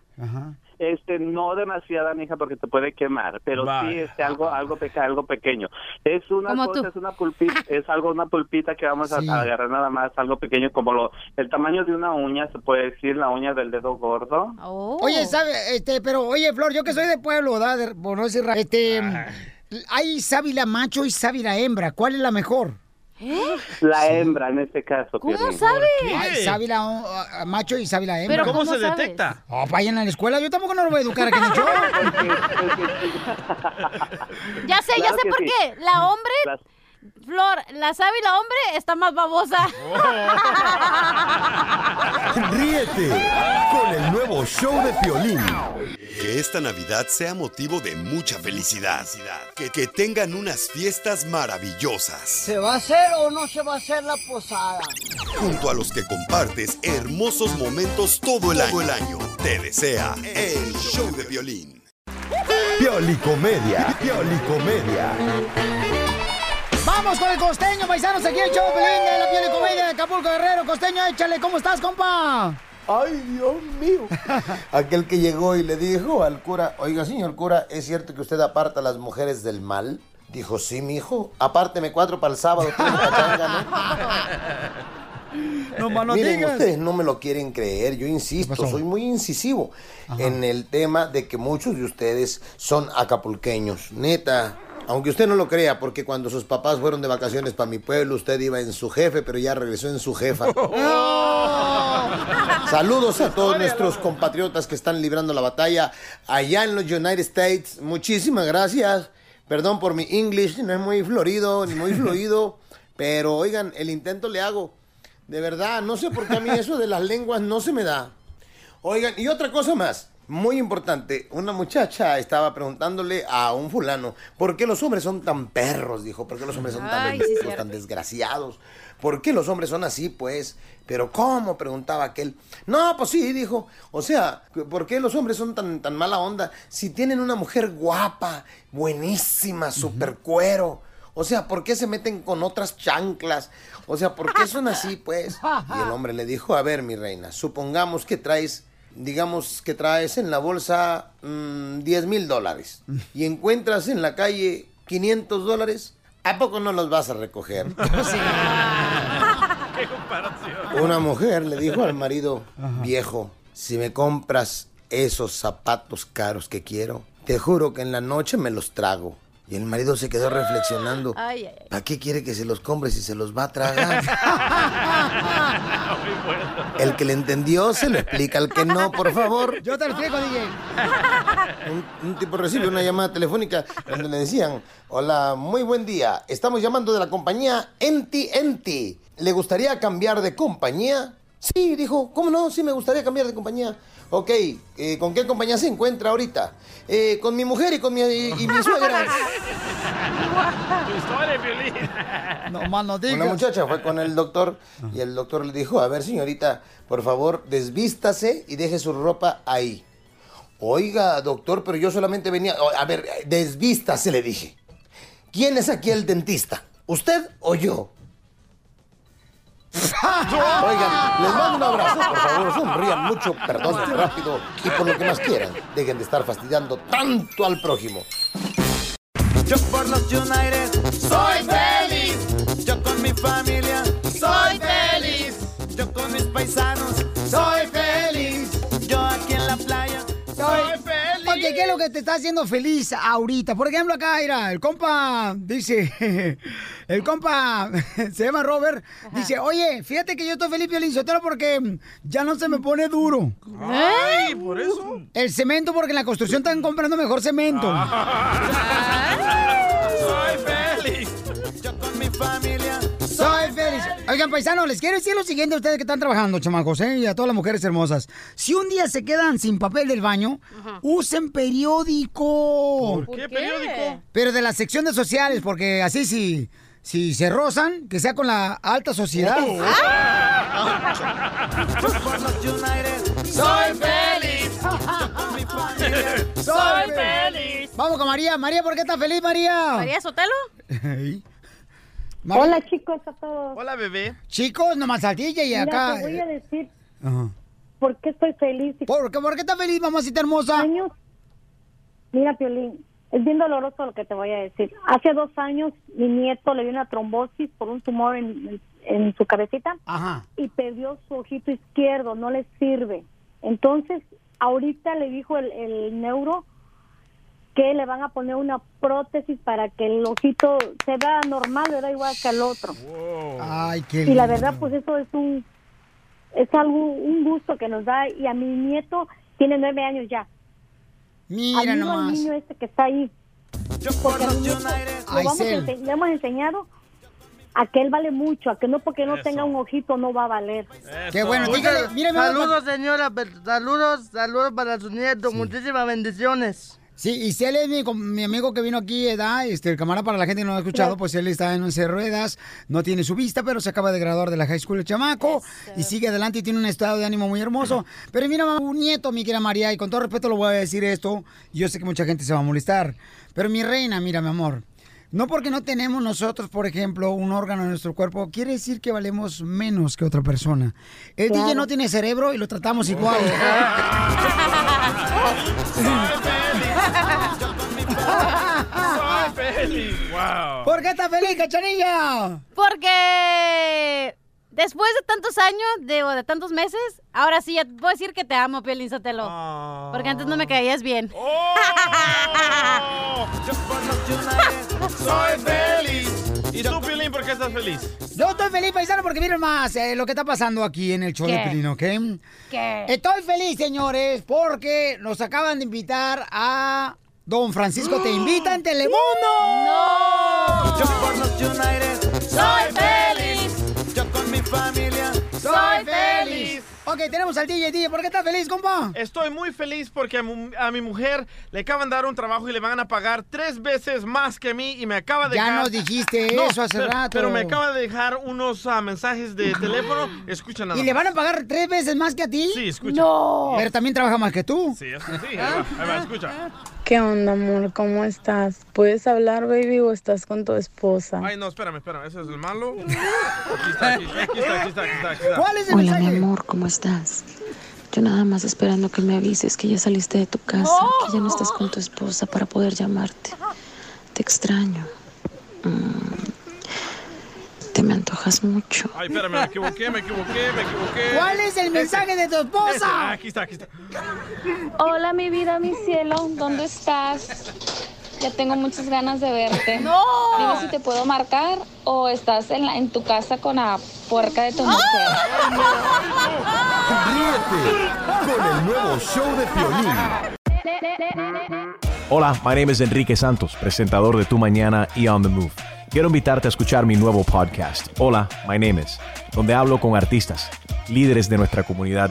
Este, no demasiada, mija, porque te puede quemar, pero sí este, algo, algo, peca, algo pequeño. Es una Como cosa, tú. Ah. es una pulpita, es algo, una pulpita que vamos a- Sí. a, agarrar nada más, algo pequeño, como lo, el tamaño de una uña, se puede decir, la uña del dedo gordo. Oh. Oye, sabe, este, pero oye, Flor, yo que soy de pueblo, ¿verdad? De- por no decir ra- este, hay sábila macho y sábila hembra. ¿Cuál es la mejor? ¿Eh? La hembra, en este caso. Piolín. Hay sábila o- a- a macho y sábila hembra. ¿Pero cómo ¿Cómo se sabes? detecta? Oh, vayan a la escuela, yo tampoco no lo voy a educar aquí en el show. *laughs* Ya sé, ya Claro sé que por sí. qué. La hombre, Flor, la sábila hombre está más babosa. Ríete con el nuevo show de Piolín. Que esta Navidad sea motivo de mucha felicidad. Que, que tengan unas fiestas maravillosas. ¿Se va a hacer o no se va a hacer la posada? Junto a los que compartes hermosos momentos todo el año. Todo el año. Te desea el show de Piolín. Piolicomedia. Piolicomedia. Vamos con el costeño, paisanos, aquí el show de Piolín de la piel y comedia de Acapulco Guerrero. Costeño, échale, ¿cómo estás, compa? Ay, Dios mío. Aquel que llegó y le dijo al cura, oiga, señor cura, ¿es cierto que usted aparta a las mujeres del mal? Dijo, sí, mijo, apárteme cuatro para el *laughs* sábado. tiene pachanga, ¿no?" No más no Miren, digas. ustedes no me lo quieren creer, yo insisto, soy muy incisivo en el tema de que muchos de ustedes son acapulqueños, neta. Aunque usted no lo crea, porque cuando sus papás fueron de vacaciones para mi pueblo, usted iba en su jefe, pero ya regresó en su *laughs* jefa. Oh. Saludos a todos nuestros compatriotas que están librando la batalla allá en los United States. Muchísimas gracias. Perdón por mi English, no es muy florido ni muy fluido, pero oigan, el intento le hago. De verdad, no sé por qué a mí eso de las lenguas no se me da. Oigan, y otra cosa más, muy importante. Una muchacha estaba preguntándole a un fulano, ¿por qué los hombres son tan perros? Dijo, ¿por qué los hombres son tan Ay, sí, mentirosos, cierto. tan desgraciados? ¿Por qué los hombres son así, pues? Pero ¿cómo? preguntaba aquel. No, pues sí, dijo. O sea, ¿por qué los hombres son tan, tan mala onda? Si tienen una mujer guapa, buenísima, super cuero. O sea, ¿por qué se meten con otras chanclas? O sea, ¿por qué son así, pues? Y el hombre le dijo, a ver, mi reina, supongamos que traes, digamos que traes en la bolsa mm, 10 mil dólares y encuentras en la calle 500 dólares, ¿a poco no los vas a recoger? ¡Qué comparación! Una mujer le dijo al marido, viejo, si me compras esos zapatos caros que quiero, te juro que en la noche me los trago. Y el marido se quedó reflexionando. Ay, ay, ¿Para qué quiere que se los compre si se los va a tragar? Muy bueno. El que le entendió se lo explica, al que no, por favor. *laughs* Yo te lo explico, DJ. Un, un tipo recibe una llamada telefónica donde le decían, hola, muy buen día, estamos llamando de la compañía Enti Enti. ¿Le gustaría cambiar de compañía? Sí, dijo, ¿cómo no? Sí, me gustaría cambiar de compañía. Ok, eh, ¿con qué compañía se encuentra ahorita? "Eh, con mi mujer y con mi, y mi suegra. Pistola y violín. No más no Una digas. muchacha fue con el doctor y el doctor le dijo, a ver señorita, por favor, desvístase y deje su ropa ahí. Oiga, doctor, pero yo solamente venía... o- A ver, desvístase, le dije. ¿Quién es aquí el dentista? ¿Usted o yo? Oigan, les mando un abrazo, por favor, sonrían mucho, perdonen rápido y por lo que más quieran, dejen de estar fastidiando tanto al prójimo. Yo por los United soy feliz. Yo con mi familia soy feliz. Yo con mis paisanos soy feliz. Yo aquí en la playa soy feliz. Ok, ¿qué es lo que te está haciendo feliz ahorita? Por ejemplo, acá, mira, el compa dice, *laughs* el compa *laughs* se llama Robert, dice, oye, fíjate que yo estoy feliz, Piolín Sotelo, porque ya no se me pone duro. Ay, ¿por eso? El cemento, porque en la construcción están comprando mejor cemento. Soy feliz. Yo con mi familia Soy feliz. Oigan, paisanos, les quiero decir lo siguiente a ustedes que están trabajando, chamacos, ¿eh? y a todas las mujeres hermosas. Si un día se quedan sin papel del baño, usen periódico. ¿Por qué periódico? Pero de las secciones sociales, porque así si, si se rozan, que sea con la alta sociedad. Ah. Yo por los United soy feliz. Yo con mi familia soy feliz. Vamos con María. María, ¿por qué estás feliz, María? ¿María *laughs* Sotelo? Ey. Ma- Hola chicos a todos. Hola bebé. Chicos, nomás al DJ y Mira, acá. eh. te voy a decir Ajá. por qué estoy feliz. ¿Por qué, por qué estás feliz, mamacita hermosa? Años. Mira, Piolín, es bien doloroso lo que te voy a decir. Hace dos años mi nieto le dio una trombosis por un tumor en, en- en su cabecita y perdió su ojito izquierdo, no le sirve. Entonces, ahorita le dijo el, el neuro que le van a poner una prótesis para que el ojito se vea normal, le da igual que al otro. Oh. Ay, qué Y lindo. la verdad, pues eso es un es algo un gusto que nos da y a mi nieto tiene nueve años ya. Mira Admiro al nomás. niño este que está ahí. Porque a mi nieto lo Ay, vamos a Cel. ense- le hemos enseñado a que él vale mucho, a que no porque no tenga un ojito no va a valer. Qué bueno, dígale, mírame. Saludos, señora, saludos, saludos para su nieto, muchísimas bendiciones. Sí, y si él es mi, com- mi amigo que vino aquí, edad, este, el camarada para la gente que no lo ha escuchado, pues él está en once ruedas, no tiene su vista, pero se acaba de graduar de la high school el chamaco, y sigue adelante y tiene un estado de ánimo muy hermoso. Pero mira, mamá, un nieto, mi querida María, y con todo respeto lo voy a decir esto, yo sé que mucha gente se va a molestar, pero mi reina, mira, mi amor, no porque no tenemos nosotros, por ejemplo, un órgano en nuestro cuerpo, quiere decir que valemos menos que otra persona. El Claro. DJ no tiene cerebro y lo tratamos igual. *laughs* *laughs* *laughs* Soy feliz. Wow. ¿Por qué estás feliz, cachanilla? Porque después de tantos años, de, o de tantos meses, ahora sí ya puedo decir que te amo, Piolín Sotelo. Ah. Porque antes no me caías bien. Oh. Yo por los United soy feliz. ¿Y tú, Pilín, por qué estás feliz? Yo estoy feliz, paisano, porque miren más eh, lo que está pasando aquí en el show ¿Qué? de Pelín, ¿ok? Estoy feliz, señores, porque nos acaban de invitar a Don Francisco Te Invita en Telemundo. ¡No! Yo por los United soy feliz. Yo con mi familia soy feliz. Ok, tenemos al DJ. DJ, ¿por qué estás feliz, compa? Estoy muy feliz porque a, mu- a mi mujer le acaban de dar un trabajo y le van a pagar tres veces más que a mí y me acaba de Ya dejar- nos dijiste eso hace pero- rato. Pero me acaba de dejar unos ah, mensajes de teléfono. *laughs* Escucha nada ¿Y le más. van a pagar tres veces más que a ti? Sí, escucha. No. Pero también trabaja más que tú. Sí, eso sí. Ahí va, ahí va, escucha. ¿Qué onda, amor? ¿Cómo estás? ¿Puedes hablar, baby, o estás con tu esposa? Ay, no, espérame, espérame. ¿Ese es el malo? Aquí está, aquí está, aquí está, aquí está. Aquí está, aquí está. Hola, mi amor, ¿cómo estás? Yo nada más esperando que me avises que ya saliste de tu casa, Oh. que ya no estás con tu esposa para poder llamarte. Te extraño. Mm, Te me antojas mucho. Ay, espérame, me equivoqué, me equivoqué, me equivoqué. ¿Cuál es el mensaje de tu Ese, esposa? ah, Aquí está, aquí está. Hola, mi vida, mi cielo, ¿dónde estás? Ya tengo muchas ganas de verte. ¡No! Dime si te puedo marcar o estás en, la- en tu casa con la puerca de tu mujer. Ríete con el nuevo show de Piolín. Hola, my name is Enrique Santos, presentador de Tu Mañana y On the Move. Quiero invitarte a escuchar mi nuevo podcast, Hola, my name is, donde hablo con artistas, líderes de nuestra comunidad